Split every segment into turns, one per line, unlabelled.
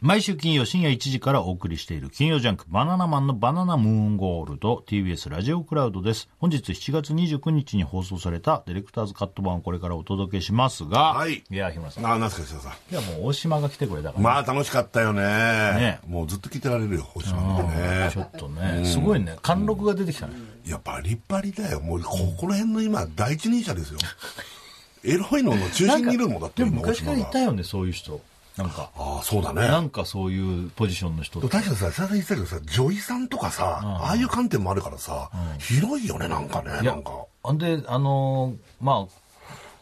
毎週金曜深夜1時からお送りしている金曜ジャンクバナナマンのバナナムーンゴールド TBS ラジオクラウドです。本日7月29日に放送されたディレクターズカット版をこれからお届けしますが、
はい
いや、日村さん、
あ、懐かしいさん。
今日はもう大島が来てくれたから、
まあ楽しかったよね。
ね
もうずっと聞いてられるよ、星野のね
ちょ。っとね、すごいね、貫禄が出てきたね。
いや、バリバリだよ。もう、ここら辺の今、第一人者 ですよ。エロいのの中心にいるもんだって、
で
今、
も
大
昔か
島
らい
が
た。よね、そういう人。なんか、
ああ、そうだ
な
ね。
んかそういうポジションの人って
確かにさ、久々に言ってたけどさ、女医さんとかさ、ああいう観点もあるからさ、広いよね、なんかね、
い
なんか。
やんであのーまあ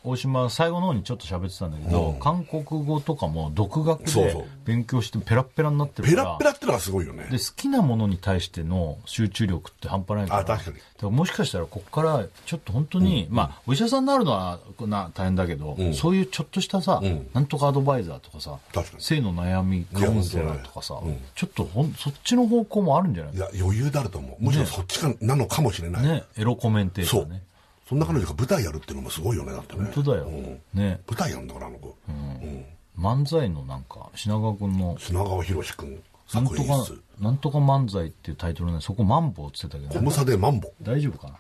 大島最後の方にちょっと喋ってたんだけど、韓国語とかも独学
そう
で
そう
勉強してペラッペラになって
ペ
るから
ラッペラってのはすごいよね
で。好きなものに対しての集中力って半端ないから
あ確かに
だらもしかしたらここからちょっと本当に、まあお医者さんになるのはな大変だけど、
ん
そういうちょっとしたさ、なんとかアドバイザーとかさ
確かに
性の悩みカウンセラーとかさ、
いや本当だね
ちょっとほんそっちの方向もあるんじゃない
いや、余裕であると思う。もちろんそっちかなのかもしれない。
ねエロコメンテータ
そ
ー
う
ね。
そんな彼女が舞台やるっていうのもすごいよね、だってね。
本当だよ、
うん
ね
舞台やるんだから、あの子。うん
漫才のなんか品川君の
砂川博志君、
なん
作
と
品
か
室。
「なんとか漫才」っていうタイトルなのにそこマンボウって言ってたけ
小
ど
むさでマンボ。
大丈夫かな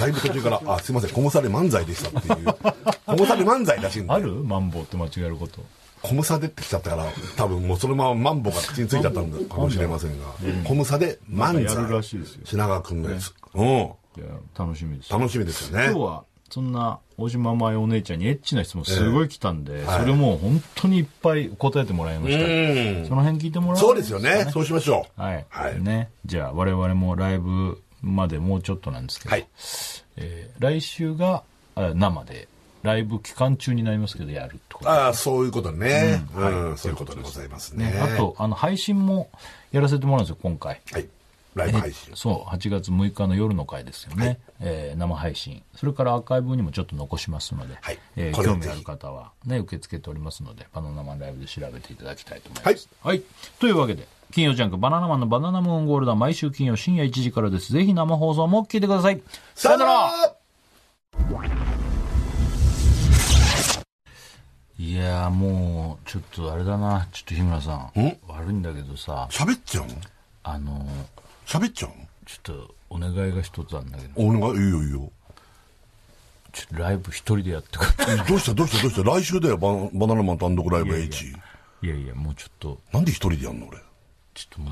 だいぶ途中 から、あ、すいません、コムサで漫才でしたっていう。コムサで漫才らしいん
あ
で。
るマンボウって間違えること
コムサでってきちゃったから、多分もうそのままマンボが口についちゃったのかもしれませんが、コムサで漫
なんかやるらし
才
いですよ。
品川君のやつ。うん。
いや楽しみです
楽しみですよね。
今日はそんな大島麻衣お姉ちゃんにエッチな質問すごい来たんで、
はい
それも本当にいっぱい答えてもらいました、
うん。
その辺聞いてもらお
そうですよね。そうしましょう。
はい、
はい。
ねじゃあ我々もライブまでもうちょっとなんですけど、
はい。
えー来週があ生でライブ期間中になりますけどやるってこと
ああ、そういうことね。うん。そういうことでございますね
ね。あと、あの、配信もやらせてもらうんですよ、今回。
はい。ライブ配信。
そう、8月6日の夜の回ですよね。えー生配信。それからアーカイブにもちょっと残しますので、
はい
えー
これを
興
ぜひ
味ある方はね、受け付けておりますので、バナナマンライブで調べていただきたいと思います。はい。というわけで、金曜ジャンクバナナマンのバナナムーンゴールドは毎週金曜深夜1時からです。ぜひ生放送も聞いてください。
さよなら
いやーもう、ちょっとあれだな。ちょっと日村さん。
ん
悪いんだけどさ、
喋っちゃうの
あのー
喋っちゃう
ちょっとお願いが一つあるんだけど。
のお願い、いいよいいよ。
ちょっとライブ一人でやってくれ
えどうしたどうしたどうした来週だよ、ババナナマン単独ライブ H。
いや いやもうちょっと
なんで一人でやんの俺。い
ちょっ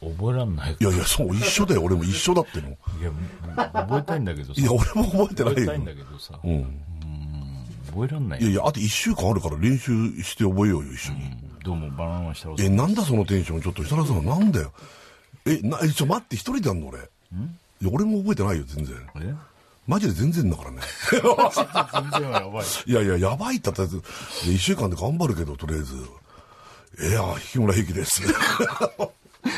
ともう覚えらんない
やいや、そう、一緒だよ、俺も一緒だっての。
いやもう覚えたいんだけどさ
いや、俺も覚えてない
覚え
よ
たいん。だけどさ、
うん。
覚えらんない
い
よ
やいや、あと一週間あるから練習して覚えようよ、一緒に。
どうもバナナマンしたら
え、なんだそのテンション、ちょっと設楽さん、なんだよ。え、な、え、ちょ、待って、一人でやんの俺。いや、俺も覚えてないよ、全然。
え全
マジで全然だからね。
然や ばい
いやいや、やばいって言ったら、一週間で頑張るけど、とりあえず。いや、日村ゆきです。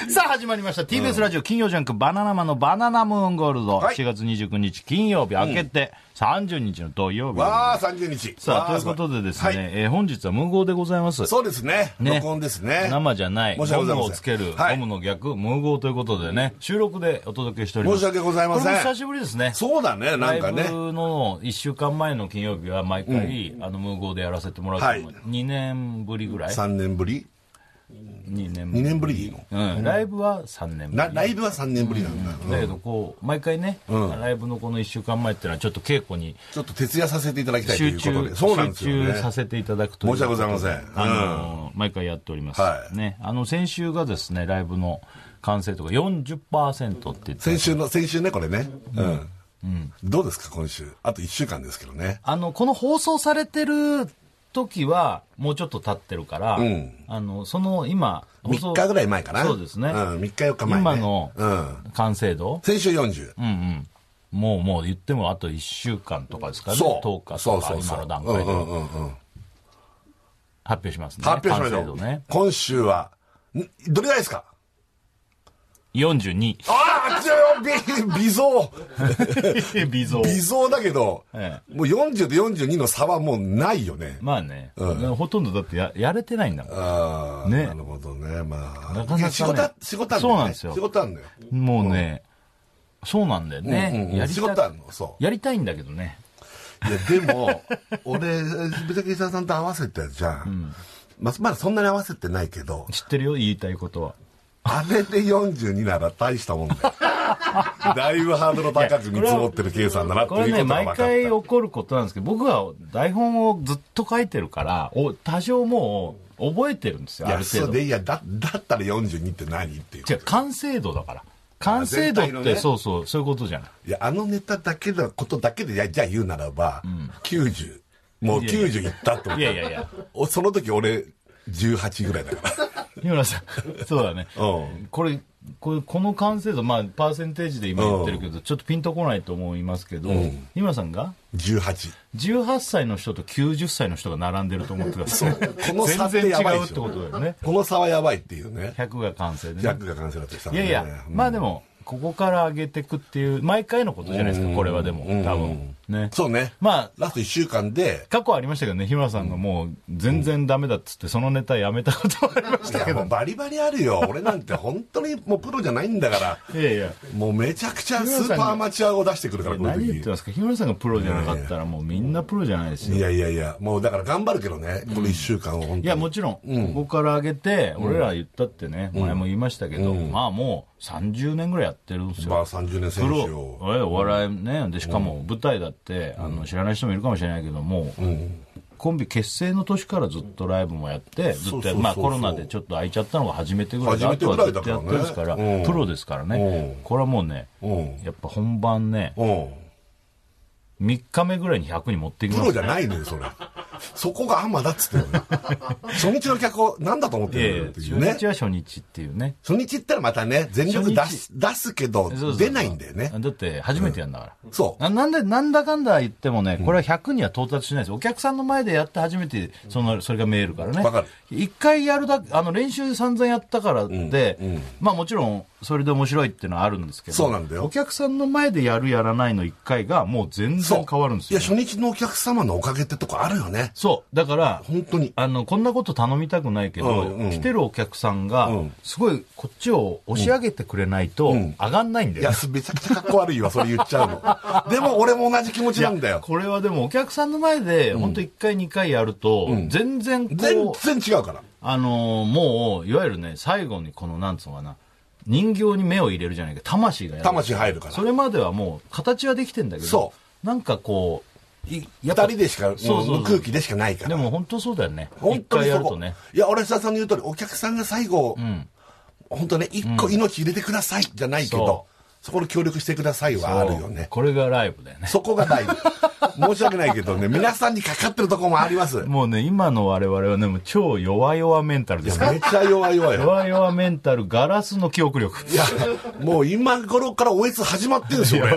さあ始まりました TBS ラジオ金曜ジャンク「バナナマンのバナナムーンゴールド」
はい
4月29日金曜日明けて30日の土曜日
わあ、30日。
さあと
わ
いうことでですね、
はい
えー本日は無言でございます
そうですね。
ね
録音ですね。
生じゃない。
申
ゴ
し訳ござい
ム
ません
をつける。
はい
ゴムの逆、無合ということでね、収録でお届けしております。
申し訳ございません
これも久しぶりですね。
そうだね、なんか
ライ
ね。
ブの1週間前の金曜日は毎回、あの、無合でやらせてもらっても、
はい
2年ぶりぐらい
3年ぶり
2年
?2 年ぶりでいいの
うん、ライブは3年ぶり。
なライブは3年ぶりなんだ。
だけどこう、毎回ね、ライブのこの1週間前っていうのはちょっと稽古に
ちょっと徹夜させていただきたいとい
集
うこと
中、
で。そうなんで
集
すよね
中。させていただくという
申し訳ございません
あの毎回やっております、
はい
ね、あの先週がですねライブの完成度が40%って言って
先週の、先週ね、これね。うん。どうですか、今週。あと1週間ですけどね。
あのこの放送されてる時はもうちょっと経ってるから、
ん
あのその今放送
3日ぐらい前かな。
そうですね、
うん、3日4日前ね。
今の
うん。
完成度、
先週40。
うんうんもうもう言ってもあと1週間とかですかね
そう。
10日
そ
と
う
か
そうそう
今の段階で
うんうんうんうん
発表しますね
発表しましょ
完成
う。
度ね
今週は、んどれぐらいですか
42
ああ、ちょ、び、微増。
微増
微増だけど、
え
もう40と42の差はもうないよね。
まあね、ほとんどだってややれてないんだも
ああ、
ね
なるほどね。まあ、
なかなかね
仕事あ、仕事あるんだよ、ね。
そうなんですよ
仕事あるんだよ。
ん。もうね、そうなんだよね。
うんうん
や
うん、
り
仕事あ
た
るの、そう。
やりたいんだけどね。
いや、でも、俺、ぶっちゃけ伊沢さんと合わせたじゃん。まあまだそんなに合わせてないけど
知ってるよ言いたいことは
あれで42なら大したもんだ よだいぶハードル高く見積もってる計算だなって
こ
いう
れ
こと
ね
が分
毎
かった
回起こることなんですけど僕は台本をずっと書いてるからお多少もう覚えてるんです
い
よあ
や
る
そ
程
う
度
でいやだだったら42って何っていう
違う完成度だから完成度
全
っ
体
て、
のね
そうそうそういうことじゃない
いやあのネタだけのことだけでいやじゃあ言うならば、90もう
いやいや
90いったと思っ
い
て
やいやいや
おその時俺18ぐらいだから
日村さん そうだね
うん
これこれこの完成度まあパーセンテージで今言ってるけど、ちょっとピンとこないと思いますけど、日村さんが
18
18歳の人と90歳の人が並んでると思ってください
この差って
全然
やば
違
いうで
っ
してょ
ことだよね
この差はやばいっていうね
100が完成で
ジャ
ね
ックが完成だとしたら
い
ね
やいや、まあでもここから上げてくっていう毎回のことじゃないですかこれはでも多分ね
そうね
まあ
ラスト1週間で
過去ありましたけどね日村さんがもう全然ダメだっつってそのネタやめたこともありまし
い
た
や
けど
もうバリバリあるよ俺なんて本当にもうプロじゃないんだから
いやいや
もうめちゃくちゃスーパーアマチュアを出してくるからこう
何言
い
っ
う
て
時
ますか日村さんがプロじゃなかったらもうみんなプロじゃないですよ
いやいやいやもうだから頑張るけどねこの1週間を本当に
いやもちろん、ここから上げて俺ら言ったってね、前も言いましたけど、まあもう30年ぐらいやってるんですよ、
まあ30年選
プ
手
ロ
を
えお笑いねでしかも舞台だって、あの知らない人もいるかもしれないけども、コンビ結成の年からずっとライブもやってず
そ
っ
う
と
そう
や
そう
まあコロナでちょっと空いちゃったのが初めてぐらいで
初めてぐら
あ
い
と
だか
はず
らね
っとやってるんですから、
うん
プロですからね、
うん
これはもうね、
うん
やっぱ本番ね
うん
3日目ぐらいに100に持っていき
プ
ま
ロ
す
じゃないのよそれそこがアマだっつってん のよ初日の客を何だと思っ
い
て
やい
る
や
のって
初
いうね
日は初日っていうね
初日行ったらまたね全力出す出すけど
そうそうそう
出ないんだよね
だって初めてやんだから、
そう
ななんでなんだかんだ言ってもねこれは100には到達しないですお客さんの前でやって初めてそのそれが見えるからね
わかる
一回やるだけあの練習散々やったからで、
うんうん
まあもちろんそれで面白いっていうのはあるんですけど
そうなんだよ
お客さんの前でやるやらないの一回がもう全然変わるんですよ、ね、
いや、初日のお客様のおかげってとこあるよね。
そうだから
本当に。
あのこんなこと頼みたくないけど、
うんうん
来てるお客さんが、
うん
すごいこっちを押し上げてくれないと、
ん
上がんないんだ
い
よ
や
ね、、
めちゃくちゃかっこ悪いわ、それ言っちゃ うの。でも俺も同じ気持ちなんだよ。
これはでもお客さんの前で本当1回2回やると全然こう、
全然違うから。
あのーもういわゆるね最後にこのなんつうのかな人形に目を入れるじゃないか魂がやる
魂入るから
そ。れまではもう形はできてんだけど
そ
なんかこういやっぱ
二人でしか、もう
そうそうそう
空気でしかないから。
でも本当そうだよね
本
一
当
回
に
や
そ
ると
こ。
ね
いや、俺、久田さんの言う通り、お客さんが最後、本当ね、一個命入れてくださいじゃないけ
そ
ど、そこに協力してくださいはあるよ
そう
ね。
これがライブだよ ね
そこが大事。申し訳ないけどね、皆さんにかかってるとこもあります。い
もうね今の我々はねもう超弱々メンタルです
や、めっちゃ弱い 弱いよ。
弱々メンタルガラスの記憶力
いや、もう今頃からおえつ始まってるんですよ、俺。い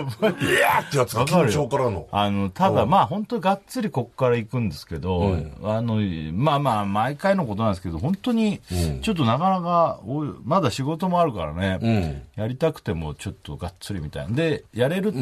やーってやつが
わか
緊
るよ
張からの。
あのただまあ本当がっつりここから行くんですけど、あのまあまあ毎回のことなんですけど本当にちょっとなかなかおまだ仕事もあるからね、やりたくてもちょっとがっつりみたいなでやれる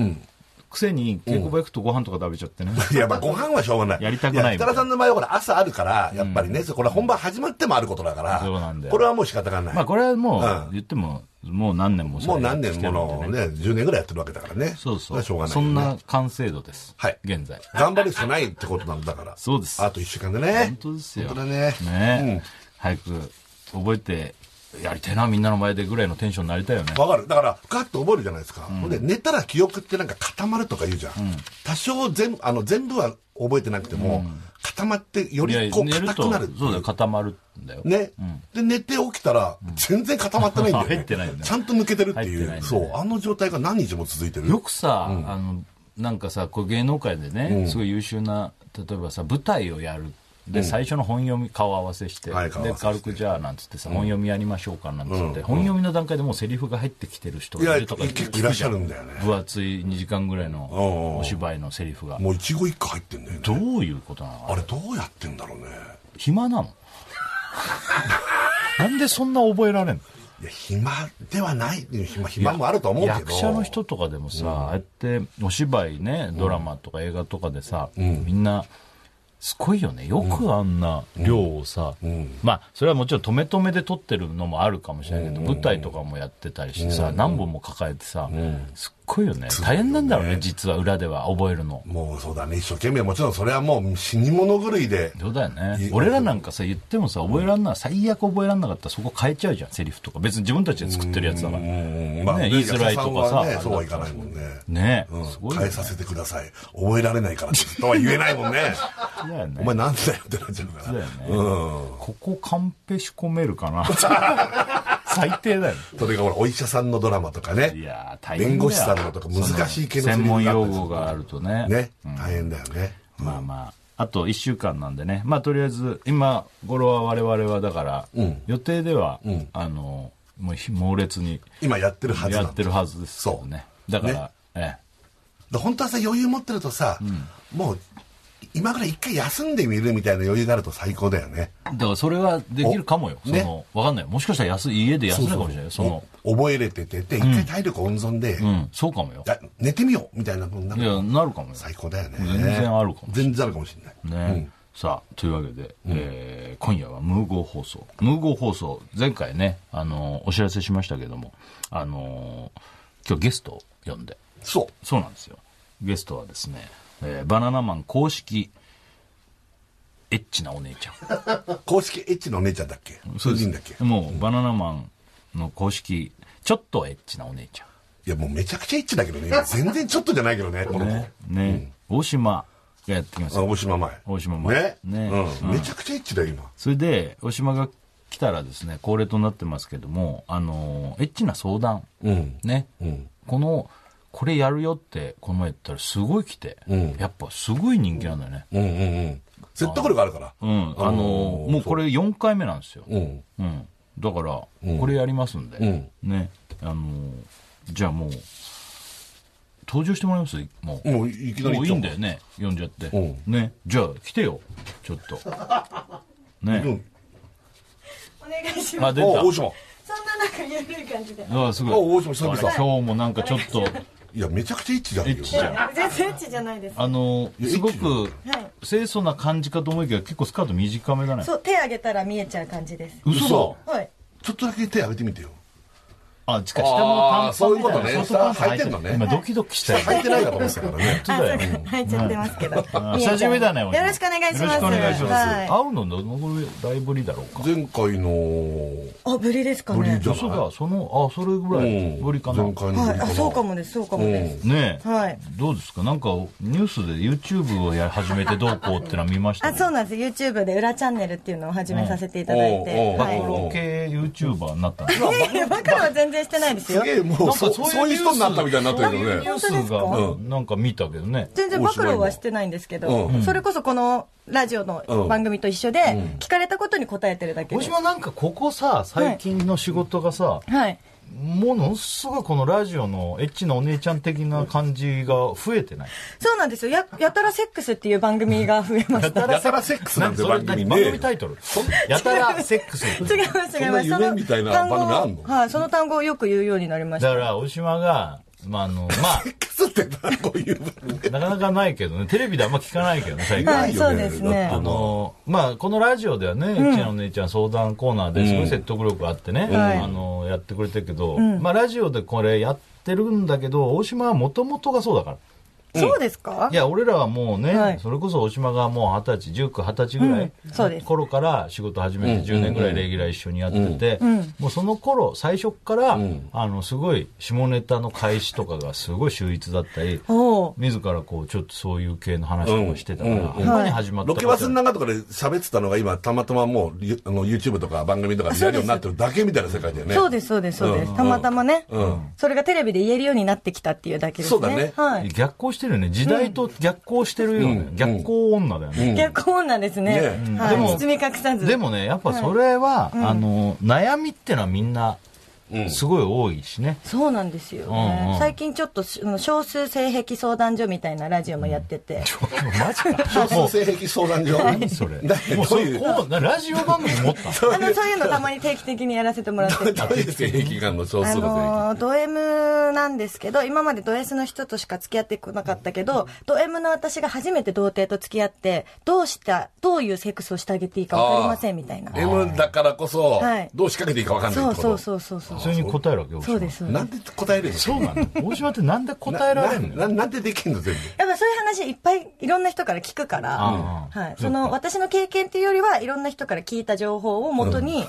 くせに稽古場行くとご飯とか食べちゃってね、
いや、まあ、ご飯はしょうがない。
やりたくない
や北田さんの場合はほら、朝あるから、やっぱりね、これ本番始まってもあることだから、
そうなんだよ
これはもう仕方がない。
まあこれはも
う
う言っても、もう何年もそれ
もう何年も
やってきて
の
るんでね
ね、10年ぐらいやってるわけだからね。
そうそ
ま
う
あしょうがない、
そん。な完成度です、
はい
現在
頑張るしかないってことなんだから。
そうです
あと1週間でね。
本当ですよ
本当だね。
ね、早く覚えてやりてえなみんなの前でぐらいのテンションになりたいよね
わかる。だから、ガッと覚えるじゃないですか。ほんで、寝たら記憶ってなんか固まるとか言うじゃん。多少全部、あの、全部は覚えてなくても、固まって、よ
いや
りこう、
寝る
硬
と
くなるっていう。
そうだよ固まるんだよ、
ね、で、寝て起きたら、全然固まってないんだよ、ね。
入ってないよね
ちゃんと抜けてるって
入っ
い
て
う
ないね
そう。あの状態が何日も続いてる。
よくさ、あのなんかさこう芸能界でね、すごい優秀な例えばさ舞台をやるで、最初の本読み顔合わせして,、
はい顔合
で
わせして
軽くじゃあなんつってさ、本読みやりましょうかなんつって、本読みの段階でもうセリフが入ってきてる人
い
が
や、
いるとか
結構いらっしゃるんだよね。
分厚い2時間ぐらい
うんうん
のお芝居のセリフが、
もう一期一会入ってんだよね。
どういうことなの
あれ、どうやってんだろうね。
暇なの なんでそんな覚えられんの
いや、暇ではない。暇、暇もあると思うけど。
役者の人とかでもさ、ああやってお芝居ねドラマとか映画とかでさ、みんなすごいよねよくあんな量をさ、まあそれはもちろん止め止めで撮ってるのもあるかもしれないけど、舞台とかもやってたりしてさ、何本も抱えてさ、すっごいよね。大変なんだろうね、実は裏では覚えるの。
もうそうだね、一生懸命、もちろんそれはもう死に物狂いで、
そうだよね
い。
俺らなんかさ、言ってもさ、覚えらんな、最悪覚えらんなかったらそこ変えちゃうじゃん、セリフとか。別に自分たちで作ってるやつだから。ね
まあ、
言いづらいと
安田
か
さんは
さ。
ね、そうはいかないもんね。
ね
うん
すごいよ
変え
ね。
させてください。覚えられないからってとは言えないもん ね。
そうだよね
お前なんだよってなっちゃうから。
だよね
う
ここカンペ仕込めるかな 最低だよ。
ん。それがほら、お医者さんのドラマとか
い
ね、
やー大変だよ
弁護士さんのとか難しい系の
専門用語
語
があるとね。
ね、大変だよね。
まあまあ、あと1週間なんでね、まあとりあえず、今頃は我々はだから、予定では、あの、もうひ猛烈に
今やってるはずな
や
の
ってるはずですけどね。だから、え
で本当はさ余裕持ってるとさ、もう今ぐらい一回休んでみるみたいな余裕があると最高だよね
え。だからそれはできるかもよ。そ
おね
の、わかんない。もしかしたら安い、家で休めるかもしれないよ。その、
お覚えれててで一回体力温存で、
うん、そうかもよ。
あ寝てみようみたいなことにないる
や、なるかもよ。
最高だよね
全然あるかもしれない
全然あるかもしれない
ね、さあというわけで、えー今夜は無ーゴー放送無ーゴー放送前回ね、あのーお知らせしましたけども、あのー今日ゲストを呼んで
そう
そうなんですよゲストはですね、えーバナナマン公式エッチなお姉ちゃん
公式エッチのお姉ちゃんだっけ夫人だっけ
もうバナナマンの公式ちょっとエッチなお姉ちゃん
いやもうめちゃくちゃエッチだけどね 今全然ちょっとじゃないけどねこの子、
ねね、大島がやってきます
あ
よ
大島前
大島麻衣
ね
ね
うんめちゃくちゃエッチだよ今
それで大島が来たらですね恒例となってますけどもあのーエッチな相談、
うん
ね、
うん
このこれやるよってこの前言ったらすごい来て、
うん
やっぱすごい人気なんだよね
うんうんうん説得力があるから
うん、あのーもうこれ4回目なんですよ、
うん
うん、だからこれやりますんで、
ん
ねあのーじゃあもう登場してもらいますもう
もういきなり行っ
もうい
ちゃう
い
ん
だよね呼んじゃって、
うん
ねじゃあ来てよちょっとね、
うん
お願いしま
あ
す。
出
お大島
た
そんななんかゆるい感じで。
あすごい
お大島久々
あら今日もなんかちょっと
いやめちゃくちゃ一致だよ
エッチじゃん
全然エッチじゃないです。は
あの
いや
すご
一応
く清楚な感じかと思いきや結構スカート短めだね
い。そう手上げたら見えちゃう感じです。
嘘
嘘
はい。
ちょっとだけ手上げてみてよ
あ近い下もパンパン
そういうことね
みたいなソフトパンツ
下履いてんのね
今ドキドキした
入
よ
ってないかと思ってたから ね
あ、そう
だよ
か。入っちゃってますけど。見えちゃう
久しぶりだね
よ
お
ろ
じさん
しくお願いします。
よろしくお願いします、
はい
会うのどのぐらいだいぶりだろうか
前回の
あ、ぶりですか
ぶり
ね
じ。ゃ
嘘だそのあそれぐら
ない
ぶりかな
前回のぶ
は
り
い。
か
あ、
な
そうかもです。そうかもです。
ねえ、
はい
どうですかなんかニュースで YouTube をやり始めてどうこうってのは見ました
あ、
け
そ
ど
うなんです。YouTube で裏チャンネルっていうのを始めさせていただいて。
うんおうおう
はい。
おう
ロ系 YouTuber になったんです
いやいやバカは全然してないです
す
よ。
げえもう
か
そ
そういう
そういう人になったみたいになってるけど
ニ
ね
ュースがなんか見たけどね、
全然暴露はしてないんですけど、
うん
それこそこのラジオの番組と一緒で、聞かれたことに答えてるだけ
大
です。
島なんかここさ最近の仕事がさ、
はい。
ものすごいこのラジオのエッチなお姉ちゃん的な感じが増えてない
そうなんですよ。や、やたらセックスっていう番組が増えました。
やたらセックスなんて
それ
番
何
組
番
ね
組タ イトルやたらセックス
違います、違います。
そんな夢みたいな
単語を
番組あんの
はい、その単語をよく言うようになりまし
だ
た。
から大島がまああのま
セックスってなこういう番組
あなかなかないけどねテレビであんま聞かないけどね最近
はい、そうですね
あ。のまあこのラジオではね、うちのお姉ちゃん相談コーナーですごい説得力があってね、
はい
あのやってくれてるけど、まあラジオでこれやってるんだけど大島はもともとがそうだから
そうですか
いや俺らはもうね、
はい
それこそ大島がもう二十歳19二十歳ぐらい、
うんそうです
頃から仕事始めて10年ぐらいレギュラー一緒にやってて、もうその頃最初っから、あのすごい下ネタの開始とかがすごい秀逸だったり
おう
自らこうちょっとそういう系の話とかしてたから、
うん
ほんまに始まった
ロ
こ
ケ
と
バスの中とかで喋ってたのが今たまたまもうゆあの YouTube とか番組とかでやるようになってるだけみたいな世界だよね
そうです、そうです、そうです。たまたまね
ん。
それがテレビで言えるようになってきたっていうだけですね。
そうだね
はい。
逆行してるよね時代と逆行してるよね、
うん
逆行女だよね、
逆コーナーです
ね
ね
う。
は
でも
い。包み隠さず。
でもねやっぱそれは、あの悩みってのはみんな
うん
すごい多いしね、
そうなんですよね、
うんうん
最近ちょっとしあの少数性癖相談所みたいなラジオもやってて、
マジかも
少
う
数性癖相談所
何それ。
だって
もう そ
どう
う
いう
こうなラジオ番組持ったの
あのそういうのたまに定期的にやらせてもらってて
どういう性癖があるの少
あ
数の
のド M なんですけど今までド S の人としか付き合ってこなかったけどド M の私が初めて童貞と付き合ってどうしたどういうセックスをしてあげていいか分かりませんみたいな
性癖 M だからこそ
はい
どう仕掛けていいか分かんない
そ
っ
う
て
そ
こ
う
と
そうそうそう
それに答えるわけよ
そうですそうです
なんで答えれるの
そうなの大島ってなんで答えられんの
なななんでできんの全部
やっぱそういう話いっぱいいろんな人から聞くから、
ああ
はい、
そ
そ
っか
の私の経験っていうよりはいろんな人から聞いた情報をもとに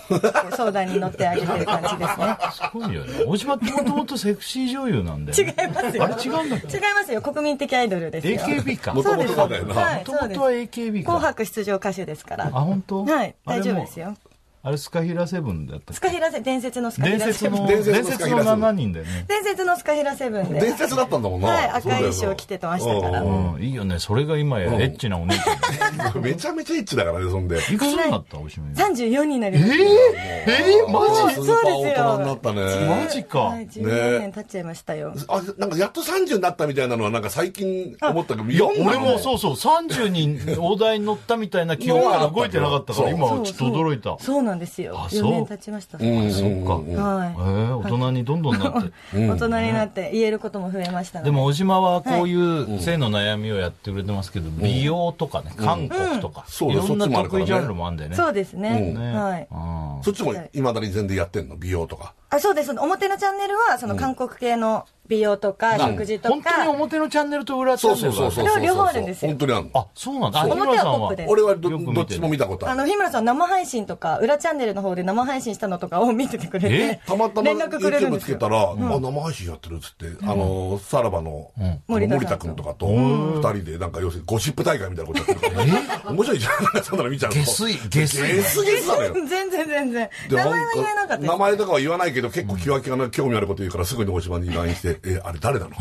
相談に乗ってあげてる感じで すね。
すごいよね大島ってもともとセクシー女優なんで違
違いますよ。
あれ違うんだっ
違いますよ。国民的アイドルですよ。
AKB かも
元
と
そ
も
うです。
々だよな
はい、
と
そうです。
は AKB か
紅白出場歌手ですから。
あ本当
はい、
あれ
大
も
丈夫ですよ。
あれスカヒラセブンだったっ
ス
け
カヒラセ、伝説のスカヒ
伝
ラセ
説
ブン。
の
伝
伝
説の
説の7人だよね
伝説のスカヒラセブンで。
伝説だったんだもんな、
はい赤い
そうだよな
衣装着てましたから
う
うんんいいよねそれが今やエッチなお姉ちゃんだよ
うんめちゃめちゃエッチだからねそんで
いくつになったおしまい
34になり
え
ま
ー
す。
えーマジ
そう
ス
ですよ
ーパー大人になったね
マジか
はい、14年経っちゃいましたよ。
あなんかやっと30になったみたいなのはなんか最近思ったけどい
俺もそうそう30人大台に乗ったみたいな記憶が動いてなかったから
そう
今ちょっと驚いた
そうそうなんですよ。
あそう
4年経ちました。
うん
はい。
そっ
かえ
大
ー大人にどんどんなって
人になって言えることも増えましたの
でも小島はこういう性の悩みをやってくれてますけど美容とかね韓国とか
そう
い
だ
ろん
そ
な
っちもあるか
得
らね
意ジャンルもあるんだよね
そうですね。
ね
はい。
あ
そっちもいまだに全然やってんの美容とか
あ、そうです。表のチャンネルは、その韓国系の美容とか、食事
ー
と
本当に
か、
表のチャンネルと裏チ
そ
ャ
う
ンネ
そう
ルが
そう
ある
そう
それは両方あるんですよ
本当にあんの
あそうなんだあ
そう
日村さんは
表はポップで
俺はど
よく見てる
どっちも見たことあ
あ
る
の、日村さん生配信とか、裏チャンネルの方で生配信したのとかを見ててくれて
え、
たまたま
連絡くれるん
YouTube
で
つ
す
け
よ。
たら、あ生配信やってるっつって、あのさらばの森
森田さ
田
んと
君とかと二人でなんか要するにゴシップ大会みたいなことやってるから面白いじゃんなんかそんなの見ちゃうと
下水下水
ゲスゲスだよ
全然全然。
で
名前は言えなかったです
名前とかは言わないけど結構気は気がな興味あること言うからすぐに大島に LINE して「えあれ誰なの?」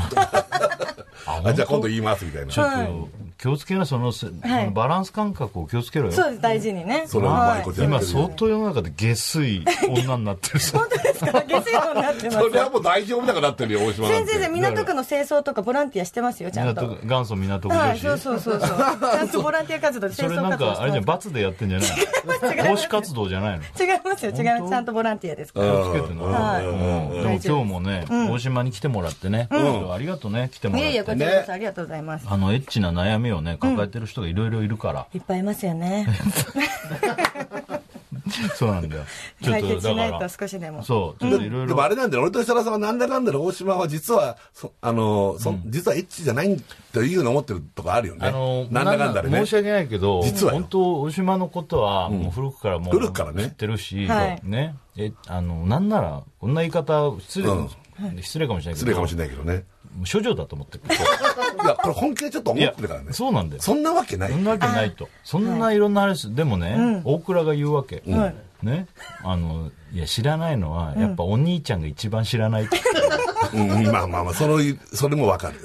あ じゃあ今度言います」みたいな
ちょっと気をつけなそのせ
い
そのバランス感覚を気をつけろよ
そうです、大事にね。
それはうまいこと
は
やってるよ
今相当世の中で下水女になってるさ
本当ですか下水道になってます
そ。れはもう大丈夫だからなってるよ大島なん
全
て
然全然港区の清掃とかボランティアしてますよ、ちゃん
港
と。
区元祖港区
は
女
い、そう
子
そうそうそう。ち ゃんとボランティア活動で
そ
清
れ
掃
なん
活動
か
し
あれじゃ
て
ん
ま
罰でやってんじゃないの奉仕活動じゃないの
す。違いますよ、違
本
いま
当
す。ちゃんとボランティアですか
気
ら。
をつけてな
はい
うんでも今
大
日
丈夫
もね大島に来てもらってねありがとうね来ても
い
ら
えいえ、
っ
こ
て
ちらこそありがとうございます。
あのエッチな悩みをね抱えてる人がいろいろいる から
いっぱいいますよね。
そうなんだよ ちょっ
解
と
決し
だ
ない
か
と
ら
少しでも。
そうちょっといろい
でもあ
ろ
れなんだよ俺と設楽さんはなんだかんだで大島は実はそあのそ、実はエッチじゃないというのを思ってるとこあるよね
あの
なんだかんだでね
申し訳ないけど
実はよ
本当大島のことはもう古くからもう
古くからね
知ってるし
はい
ねえあのなんならこんな言い方失礼
うん
失礼かもしれないけ
失
ど
礼かもしれないけどね
処女だと思ってる
いやこれ本気でちょっと思ってるからねそ
そうなんだよ
んなわけない
そんなわけないと。そんないろんな話す、でもね、大倉が言うわけ。
はい
ね。あの、いや、知らないのは、やっぱお兄ちゃんが一番知らないって。
うんまあまあまあそれそれもわかる、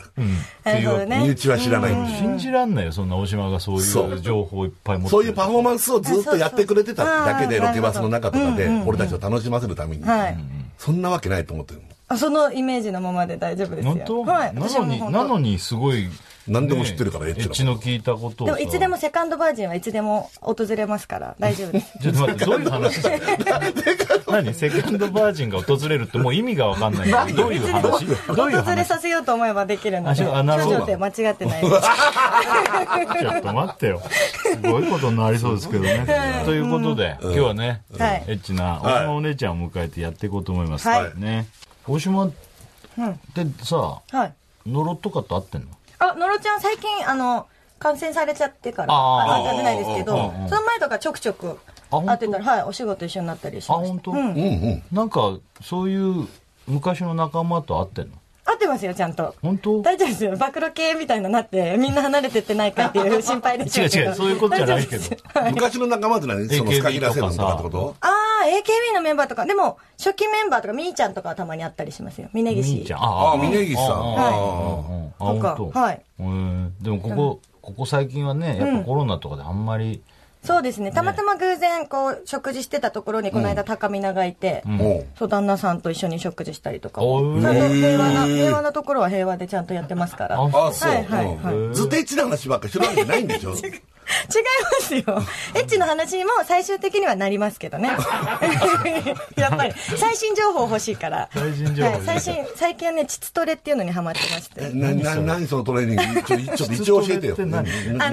なるほど
身
ね。
内は知らないんで
信じらんないよ、そんな大島がそう
そ
いうう情報をいっぱい持ってる
そういうパフォーマンスをずっとやってくれてただけで、
そうそう
ロケバスの中とかで、俺たちを楽しませるために
はい。
そんなわけないと思ってる
あそのイメージのままで大丈夫ですよ。
本当、
はい。
な
私
の
も
に、
本
な
当
のにすごい。
何でも知ってるからエ
ね
ッ
エ
チな
ッチの聞いたことを
で
さ。
もいつでもセカンドバージンはいつでも訪れますから大丈 夫です。
ちょっと待って、どうい う話だよ何セカンドバージンが訪れるってもう意味がわかんないけど。どういう話どういう
訪れ
話ち
させようと思えばできるの
あ
で、
そうあなる
少
ほど
女って間違ってないです。
ょっと待ってよ。すごいことになりそうですけどね。ということで、今日はね、
はい
エッチな
はい
大島お姉ちゃんを迎えてやっていこうと思います。
はい
ね。大島ってさ、
はい。
ノロとかと合ってんの
あ、のろちゃん最近、あの、感染されちゃってから、
あ
あ
ー
の、食べないですけ
あ
ど
ーあー、
その前とかちょくちょく
本当
会ってたら、はい、お仕事一緒になったりし
あ、
まし
本
た。
当。
うんうん
なんか、そういう昔の仲間と合ってんの
会ってますよ、ちゃんと。
本当
大丈夫ですよ。暴露系みたいなのなって、みんな離れてってないかっ ていう心配でし
違う
ょけ
違
ど
う、そういうことじゃないけど
大丈夫です。
昔の仲間って何その
AKB
スカギラセブンとかってこと
ああ、AKB のメンバーとか、でも、初期メンバーとか、みーちゃんとかはたまに会ったりしますよ。峰岸。
みーちゃん。
あ
あ
あ峯岸さん
ああ
は
ああ
と
あ
か
本当。
はい
へえ。でもここ、ここ最近はね、やっぱコロナとかであんまり、
そうですね。たまたま偶然、こう、食事してたところに、この間、高見長いて、
も
そう、旦那さんと一緒に食事したりとか。ち
おー
ゃんと平和な、平和なところは平和でちゃんとやってますから。
あ
違
う
い
あそう、
はいはいはい
うんずっとエッチな話ばっかりするわけないんで しょ
ますよ。エッチの話にも最終的にはなりますけどね。 やっぱり、最新情報欲しいから。
最新情報
はい、最新、最近はね、膣トレっていうのにハマってまして。
なな何そのトレーニングちょちょっと一応教えてよ
ずっとやってんの
あ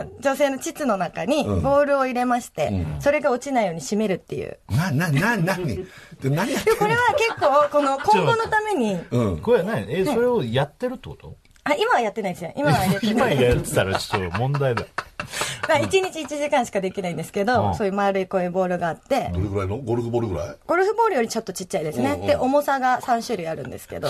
のー女性の膣の中に、にボールを入れまして、それが落ちないように締めるっていう。
な、な、な、なにで、何やってん
で もこれは結構、この今後のために、
のうん。
これは何え、それをやってるってこと
あ、今はやってないですよ。 今はやっ て
今
ない。
やってたらちょっと問題だ。
まあ1日1時間しかできないんですけ
うん
ど、そういう丸いこういうボールがあって、
どれぐらいのゴルフボールぐらい
ゴルフボールよりちょっとちっちゃいですね。で、重さが3種類あるんですけど、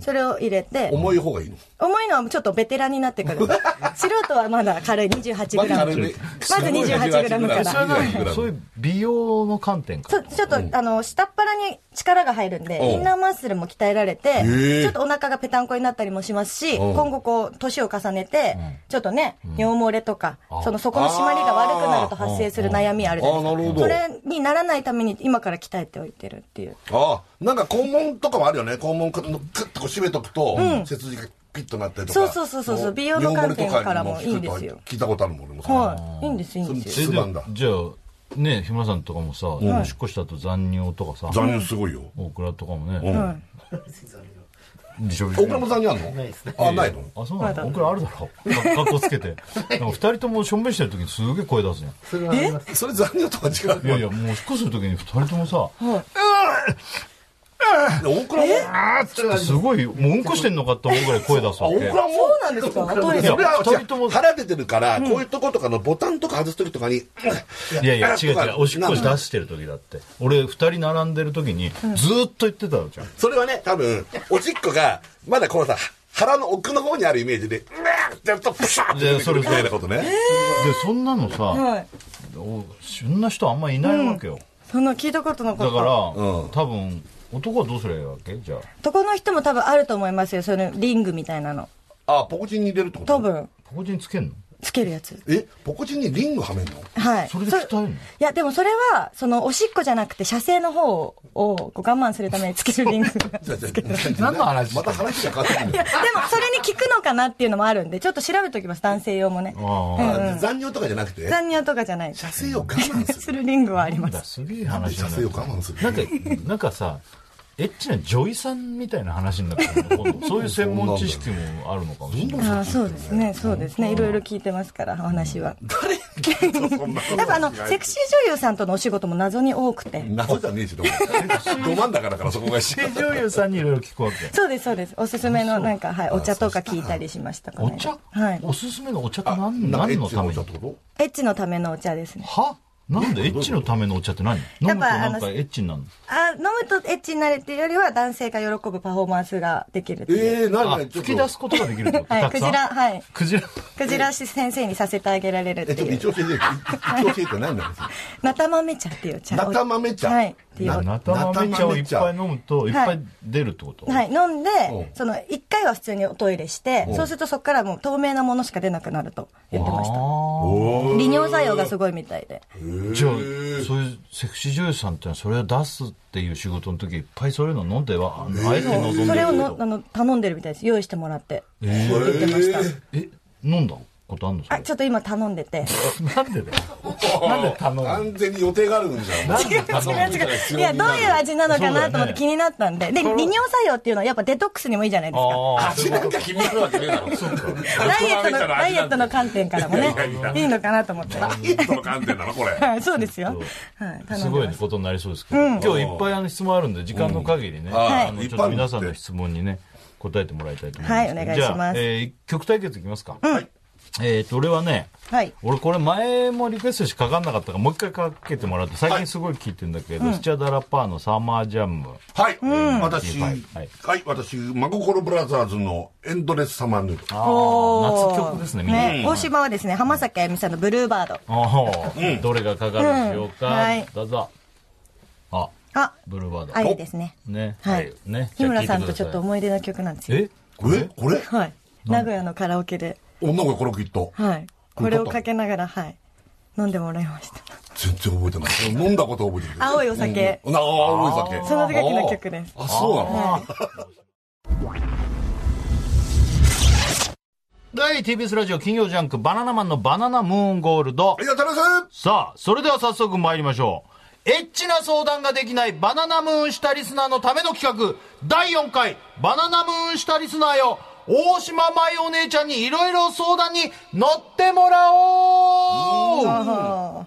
それを入れて、
重い方がいいの
重いのはちょっとベテランになってく る。素人はまだ軽い28グラム。まず28グラムから。
そういう美容の観点か
そう、ちょっと、あの、下っ腹に力が入るんで、
ん
インナーマッスルも鍛えられて、
ー
ちょっとお腹がぺたんこになったりもしますし、
うん
今後こう、年を重ねて、ちょっとね、尿漏れとか、その、そこの締まりが悪くなると発生する悩みあるじゃ
あーな
な
いる
です
ほ
か。
ど
それにならないために今から鍛えておいてるっていう。
ああ、なんか肛門とかもあるよね。肛門くっとこう締めとくと、切除がピッとなったりとか。
そうそうそうそうそう美容の観点からもいいんで
尿漏
すよ
れとかにも効くとは聞いたことあるもん、俺もそれ。
はい。いいんです、いいんです
そ
よ。
うなんだ
じゃあ、ね、日村さんとかもさ、おしっこした後残尿とかさ、
残念すごいよ。
大倉とかも
う
ね、
ん。
でしょ
大倉も残念あんのあ、ないの
あ、そうなの大倉あるだろ。 格好つけて。なんか二人ともしょんべんしてる時にすげえ声出すね。
それはあります
それ残尿とは違
いや
う
い
よ。
や、もうおしっこする時に二人ともさ、
で大倉も
あーっつってすごい、もううんこしてんのかと思うぐらい声出す
あ、
わ
大
け。
倉も
そうなんですかトイレ
いや
それは
二人とも
腹出てるから、こういうとことかのボタンとか外すときとかに、
いやいや、違う違う、おしっこ出してる時だって。俺、二人並んでる時に、ずーっと言ってたのじゃん。
それはね、多分、おしっこが、まだこのさ、腹の奥の方にあるイメージで、うわーってやると、プシャーって出てくるみたいなことね。
で、そんなのさ、
はい。
おそんな人あんまいないわけよ。
そんな聞いたことなか
だ
っ
から、
た。
うん
多分、男はどうすればいいわけじゃあ。
男の人も多分あると思いますよ。そのリングみたいなの。
あ、ポコチンに入れるってこと
多。分、
ここにつけんの
つけるやつ。
え、ポコチンにリングはめんの
はい。
それで鍛えるの
いや、でもそれは、その、おしっこじゃなくて、射精の方を、こう我慢するためにつけ るリング。
じゃあじゃあ
何の話
また話が変わってくるん
い
だ
や、
よ
でも、それに効くのかなっていうのもあるんで、ちょっと調べておきます、男性用もね。
あ
あ残尿とかじゃなくて、
残尿とかじゃない。
射精を我慢す
す
る。
るリングはあり
あ。な
ま
んだ、
す。
すげえ話
射
だ
精を
な。
我慢する。
なんか、なんかさ、エッチな女医さんみたいな話になってるの今度そういう専門知識もあるのかもしれない。
ああ、そうですね、そうですね。いろいろ聞いてますから、お話は。やっぱあの、セクシー女優さんとのお仕事も謎に多くて。
謎じゃねえし、どうも。ど真ん中だからそこがし。
女優さんにいろいろ聞くわけ。
そうです、そうです。おすすめの、なんか、はい、お茶とか聞いたりしました。この
お
間
茶、
はい。
おすすめのお茶って何
なんかエ
何
ッ
の
チ
た
の
め
お茶
に
ってこ
エッチのためのお茶ですね。
はなんでエッチのためのお茶って何飲むとなんかエッチになるの
あ、飲むとエッチになるっていうよりは、男性が喜ぶパフォーマンスができるって
と
いう。
ええ、
あ
なに
吹き出すことができるってこと
は
た
い、
く
クジ
さん
ラ、はい。
クジラ
クジラし先生にさせてあげられるって
え、ちょっと一応教
いう。
えて、一応教えて何なんですか
なたまめ茶っていう茶。
なたまめ茶
はい。っていう。
なたまめ茶をいっぱい飲むといっぱい出るってこと、
はい、飲んで
うん、
その、一回は普通におトイレして、そうするとそこからもう透明なものしか出なくなると言ってました。
あ
お
利尿作用がすごいみたいで。
あじゃあそういうセクシー女優さんってのはそれを出すっていう仕事の時いっぱいそういうの飲んではあえて望んでる
それを
け
の
ど
あの頼んでるみたいです。用意してもらって。
え
言ってました。
え飲んだことあんのそ
あ、
れ
ちょっと今頼んでて。
なんでだよ なんで頼むの
完全に予定があるんじゃん。
なんで頼むの
違ういや、どういう味なのかなと思って気になったんで。で、利尿作用っていうのはやっぱデトックスにもいいじゃないですか。
ああ
味なんか気になるわけねえだろ
ダイエットの、ダイエットの観点からもね、いいのかなと思って。
ヒットの観点なのこれ。
はい、そうですよ。はい、頼
す
んで
ごい
ます。
ことになりそうですけど、今日いっぱいあの質問あるんで時間の限りね、
はい
あの
いっ
ちょ
ぱいある
っと皆さんの質問にね答えてもらいたいと思います
はいお願いします
じゃあ、えー曲対決いきますか、えっ、と俺はね
はい。
俺これ前もリクエストしかかんなかったからもう一回かけてもらって最近すごい聞いてんだけど、スチャダラパーの「サマージャム
はい、私、
は
はいい
はい、
私、マココロブラザーズのエンドレスサマーヌード」。
あー
おー
夏曲ですねみんな、
大島はですね、浜崎あゆみさんのブルーバード。
あーどれがかかるでしょうか、
うんはい
どうぞあ
あ、
ブルーバード、
あゆですね。
ね、
はい
ね
日村さんとちょっ
じゃあ聞いてください
と思い出の曲なんですよ。
えこれ
えこれ
はい。名古屋のカラオケで。
女の子これきっと。
はい。これをかけながら、はい。飲んでもらいました。
全然覚えてない。飲んだこと覚えてる。
青いお酒。
な青い酒。
その時の曲です。
あ、そうなの
はい、TBS ラジオ金曜ジャンクバナナマンのバナナムーンゴールド
あ。りがとうございます
さあ、それでは早速参りましょう。エッチな相談ができないバナナムーンしたリスナーのための企画、第4回、バナナムーンしたリスナーよ、大島舞お姉ちゃんにいろいろ相談に乗ってもらおう
あ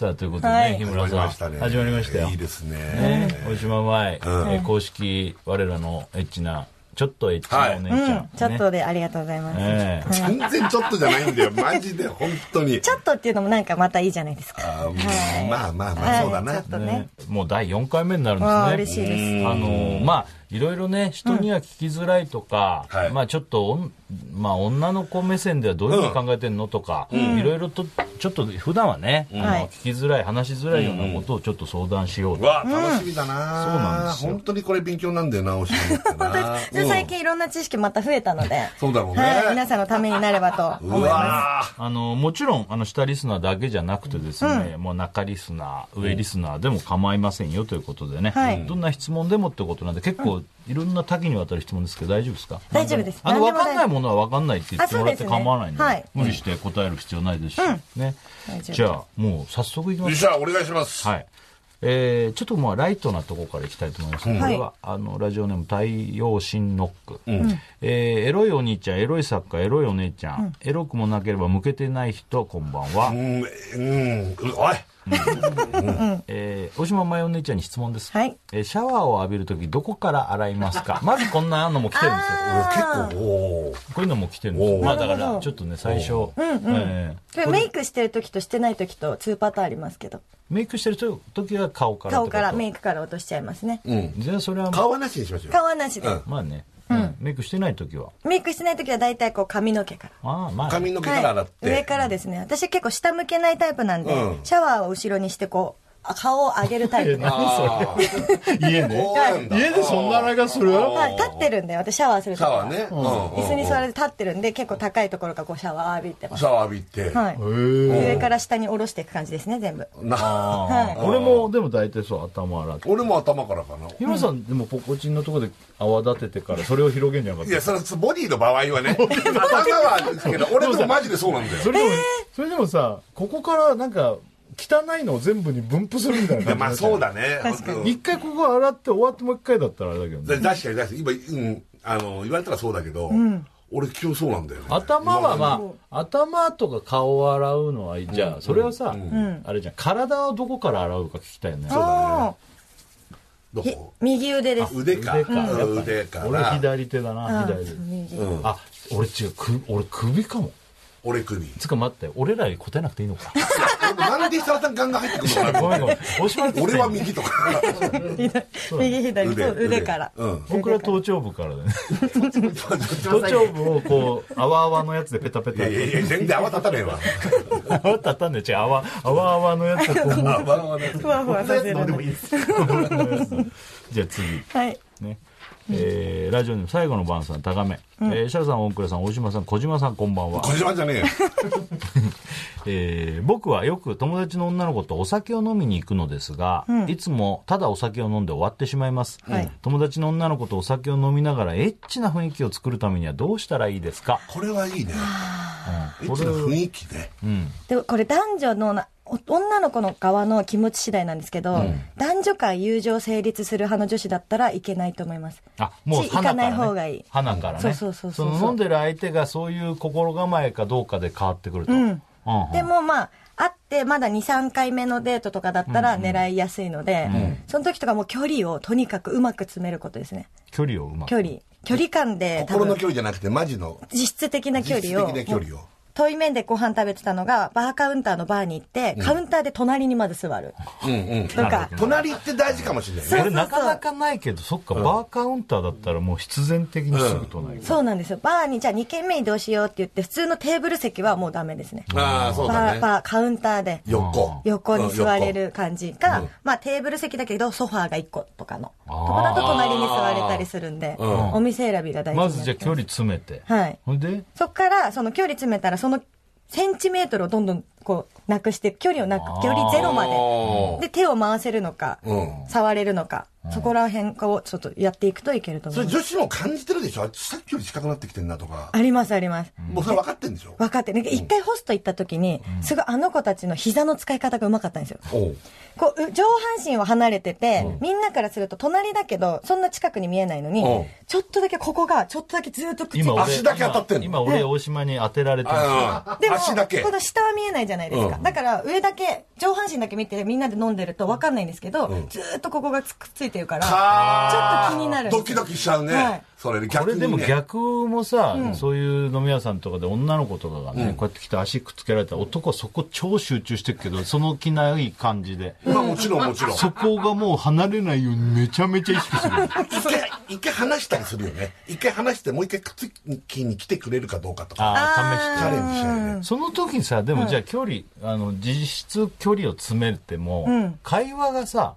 さあ、ということでね、
はい
日
始ま
村
り
さん。
ましたね。
始まりましたよ。
いいですね。
ね大島舞、えー公式、我らのエッチな、ちょっとエッチなお姉ち
ー
ゃん
うん。ちょっ
ね
とでありがとうございます。
ええ
全然ちょっとじゃないんだ よ。マジで、本当に。
ちょっとっていうのもなんかまたいいじゃないですか。
あーまあまあまあ、そうだ
はいちょ
な
っ。とね。
もう第4回目になるんです
わ
ね。
あ嬉しいです
うんあのーまあ、いろいろね、人には聞きづらいとか、
うんはい
まあちょっとおん、まあ女の子目線ではどういうふうに考えてんのとか、いろいろと、ちょっと普段はね、あの
はい。
聞きづらい、話しづらいようなことをちょっと相談しようと。
わあ、楽しみだな、
そうなんですよ
本当にこれ勉強なんだよな、おしまいってな
で最近いろんな知識また増えたので、
そうだろうね
はい、皆さんのためになればと
うん。う
思いま
わあ。
あのもちろんあの下リスナーだけじゃなくてですね、もう中リスナー上リスナーでも構いませんよということでね、
はい
どんな質問でもってことなんで結構いろんな多岐にわたる質問ですけど大丈夫ですか
大丈夫です
あの
何
分か
でも大
んないものは分かんないって言ってもらって
あそうですね
構わないんで
はい
無理して答える必要ないですし、ね
大丈夫
じゃあもう早速いきま
よっ
す
しゃ、お願いします。
はいえーちょっとまあライトなとこからいきたいと思いますけど、
うん
これはあのラジオネーム「太陽神ノック」えーエロいお兄ちゃんエロい作家エロいお姉ちゃん、エロくもなければ向けてない人こんばんは」
うん、うん、おい。
えー、大島マヨ姉ちゃんに質問です、
はい
えーシャワーを浴びるときどこから洗いますか まずこんなのも来てるんですよ
俺結構、おー
こういうのも来てるんですよ
おう
まあだか
なるほ
ら
ど
ちょっとね最初、えー
す。これメイクしてる時としてない時と2パターンありますけど、
メイクしてると時は顔から
顔からメ
イ
イクから落としちゃいますね。
うん。
じゃあそれは
顔はなしにしましょう。
顔はなしで。
まあね、うんメイクしてない時は
メイクしてない時は大体こう髪の毛から。
ああまあ
髪の毛から洗っ
はい、
て。
上からですね私結構下向けないタイプなんで、
うん
シャワーを後ろにしてこうあ顔を上げるタイプ は
あー
家
こうなんだ
い方する
い立ってるんで私シャワーする
シ
と
ャ
き
ワ
は
ーね。
椅子に座
る。
らず立ってるんで結構高いところからこうシャワー浴びてます
シャワー浴びて。
はい
へ
上から下に下ろしていく感じですね全部
な
はい
俺もでも大体そう頭洗って
俺も頭からかな。
日村さんでもポコチンのところで泡立ててからそれを広げんじゃなかっ
い
た
や、それボディの場合はね。頭はですけど、俺でもマジでそうなんだよ。
それでも、それでもさここからなんか汚いのを全部に分布するみたいな感
い
じ
やまあそう
だ
だね。
確かに
一回ここ洗って終わってもう一回だったらあれだけど
で
ね
確かに確かに今、うん、あの言われたらそうだけど、俺今日そうなんだよね
頭はまあ頭とか顔を洗うのはいいじゃあそれはさ、あれじゃん体をどこから洗うか聞きたいよね
あ
ど
ーひ
こ
右腕で
あ
す
腕か
腕か
うん腕から
俺左手だな
あー
左手
右
うん、
あ俺違うく俺首かも
俺首
つうか待って俺らに答えなくていい のか
なんで設楽さんガンガン入ってくるのか
ご
な
め
ん
ごめんおしまい
俺は右とか
右左そう腕から
うん
僕ら頭頂 部からだね頭
い
頂部をこう泡泡のやつでペタペタ
やいやいや全然泡立たねえわ
泡立たんで違う泡泡泡のやつ でこう
泡はね
ふわふわさせる
どうでも
の
いいです
じゃあ次
はい
ねえーラジオネーム最後の晩さん高め、えーシャルさん大倉さん大島さん小島さんこんばんは
小、島じゃねえよ
えー僕はよく友達の女の子とお酒を飲みに行くのですが、いつもただお酒を飲んで終わってしまいます、
はい
友達の女の子とお酒を飲みながらエッチな雰囲気を作るためにはどうしたらいいですか、
これはいいねエ
こ
ッチ
れ
な雰囲気ね
でこれ男女のなお女の子の側の気持ち次第なんですけど、男女間友情成立する派の女子だったらいけないと思います
あもう
ち行
花
か
から、ね、
ない方がいい
花からね
そうそうそうそう
の飲んでる相手がそういう心構えかどうかで変わってくると、うんうん
でもまあ、会ってまだ2、3回目のデートとかだったら狙いやすいので、その時とかもう距離をとにかくうまく詰めることですね。
距離をうまく
距離。距離感で多
心の
分、
距離じゃなくてマジの
実質的な距離を。
実質的な距離を
遠い面でご飯食べてたのが、バーカウンターのバーに行って、カウンターで隣にまず座る。
うんうん
とか、
隣って大事かもしれない
こ
ね
れなかなかないけどそっか、バーカウンターだったらもう必然的にすぐ隣、
そうなんですよ。バーにじゃあ2軒目移動しようって言って、普通のテーブル席はもうダメですね。
ああそうだ
バー、
ね
バー、カウンターで。
横
横に座れる感じか、まあテーブル席だけどソファーが1個とかの。とこだと隣に座れたりするんで、お店選びが大事にな
ま
って
ずじゃあ距離詰めて、
はい。
ほんで
そっから、その距離詰めたら、そのセンチメートルをどんどんこう、なくして、距離をなく、距離ゼロまで。で、手を回せるのか、
ん
触れるのか。そこら辺をちょっとやっていくといけると
そ
思い
れ
ます。
女子も感じてるでしょあさっきより近くなってきてんなとか。
ありますあります。
もうそれ分かってんでしょ
分かって、なんか一回ホスト行った時に、すごいあの子たちの膝の使い方がうまかったんですよ。
おう
こう、う上半身は離れてて、みんなからすると隣だけど、そんな近くに見えないのに
うん、
ちょっとだけここが、ちょっとだけずっと口
俺足だけ当たってんの
今今俺大島に当てられてる
あ
で
あ、
も、
足だけ
こ。の下は見えないじゃないですか。
うん
だから、上だけ、上半身だけ見てみんなで飲んでると分かんないんですけど、ずーっとここがつくっついてるから、ちょっと気になるんですよ。
ドキドキしちゃうね。
はい
それ
こ
逆
れ
に、
で
ね。
も逆もさ、そういう飲み屋さんとかで女の子とかがね、こうやって来て足くっつけられたら男はそこ超集中してるけどその気ない感じで
まあもちろんもちろん。
そこがもう離れないようにめちゃめちゃ意識する
一回、一回話したりするよね。一回話して、もう一回くっつきに来てくれるかどうかとか。
ああ
チ
試して
ャレンジしたいね。
その時にさでもじゃあ距離、あの実質距離を詰めても、会話がさ、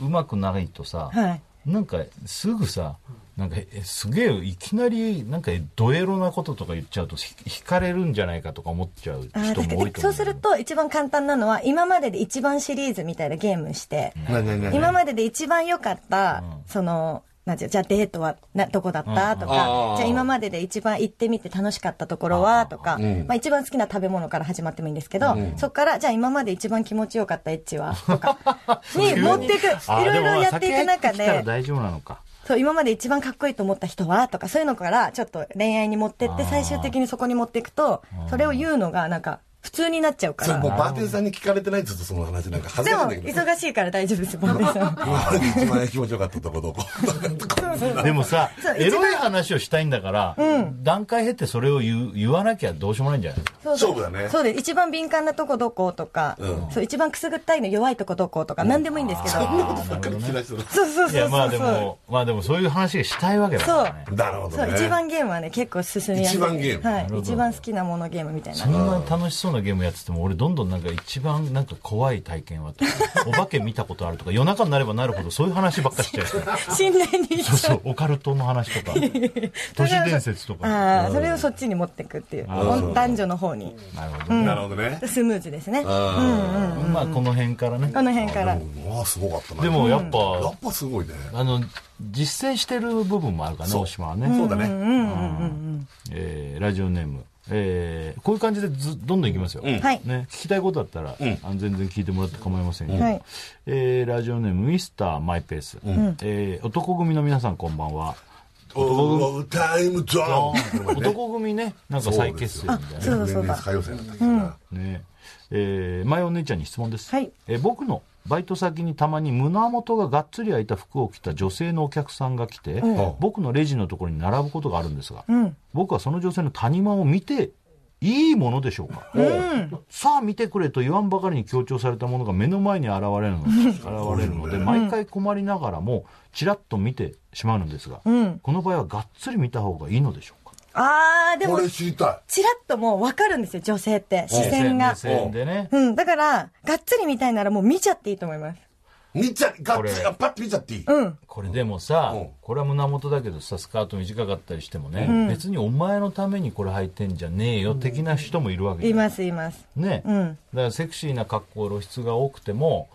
うまくないとさ、
はい
なんかすぐさなんかえすげえいきなりなんかドエロなこととか言っちゃうとひ惹かれるんじゃないかとか思っちゃう
あー
人も多い
だから
と
そ
思
う
う
すると一番簡単なのは今までで一番シリーズみたいなゲームして、
なになになに
今までで一番良かった、その、なんていうのじゃあデートはなどこだったと
あ
か
ー、
じゃあ今までで一番行ってみて楽しかったところはとか、まあ一番好きな食べ物から始まってもいいんですけど、そこからじゃあ今まで一番気持ちよかったエッチはとか、に持っていく、
あー
いろいろ
でも
やっていく中
酒入ってきたら
で、
大丈夫なのか
そう今まで一番かっこいいと思った人はとか、そういうのからちょっと恋愛に持ってって最終的にそこに持っていくと、それを言うのがなんか普通になっちゃうか
それもう
ら。
バーテンさんに聞かれてないずっとその話なんか恥
で
ず
も
かしいんだけど。
忙しいから大丈夫です、ボンデさん。
今までで一番気持ちよかったとこど こ
でもさ
そう
エロい話をしたいんだから、段階経ってそれを言う言わなきゃどうしようもないんじゃない
そう
勝負だね
そうです。一番敏感なとこどことか、そう、一番くすぐったいの弱いとこどことか、何でもいいんですけど。
ばっかり聞き出してる
そうそうそうそう。
いやまあでもまあでもそういう話がしたいわけだからね
なるほ
そ
ど
う、
ね。
一番ゲームはね、結構進みやす
一
い。
番ゲーム
は
るほ
い。
ど
一番好きなものゲームみたいな
そ。んな楽しそうなゲームやってても俺どんどんなんか一番なんか怖い体験はとお化け見たことあるとか夜中になればなるほどそういう話ばっかしちゃう
信頼に
そうそうオカルトの話とか 都市伝説とか
ああ、それをそっちに持ってくっていう。男女の方に。
なるほど、
なるほどね。
スムーズですね。こ
まあこの辺からね
の辺から。
まあすごかったな。
でもやっぱ、
やっぱすごいね。
あの実践してる部分もあるからね
そう
大島はね
そうだね。
えーラジオネーム、えーこういう感じでずどんどんいきますよ、
はい
ね、聞きたいことあったら、あの全然聞いてもらって構いませんけど、
はい
えーラジオネームミスターマイペース、えー男組の皆さんこんばんは
オータイムゾーン
男組ねなんか再結成みたいな
そうだそ
年
うだ
々。歌謡祭だったけどな。
ねえー、前お姉ちゃんに質問です、
はい
えー僕のバイト先にたまに胸元ががっつり開いた服を着た女性のお客さんが来て、僕のレジのところに並ぶことがあるんですが、僕はその女性の谷間を見ていいものでしょうか、さあ見てくれと言わんばかりに強調されたものが目の前に現れるの現れるので毎回困りながらもちらっと見てしまうのですが、この場合はがっつり見た方がいいのでしょうか
ああ、で
こ
も
れ、知りた
ちらっともう分かるんですよ、女性って。視線が
目。線でね
うん。だから、がっつり見たいならもう見ちゃっていいと思います。
い。見ちゃ、ガ
こ
ッ
れ
ツリ、パッと見ちゃっていい。
うん。
これでもさ、
うん
これは胸元だけどさスカート短かったりしてもね、別にお前のためにこれ履いてんじゃねえよ的な人もいるわけじ
い
ゃん
ます、います。
ね、
うん
だからセクシーな格好露出が多くても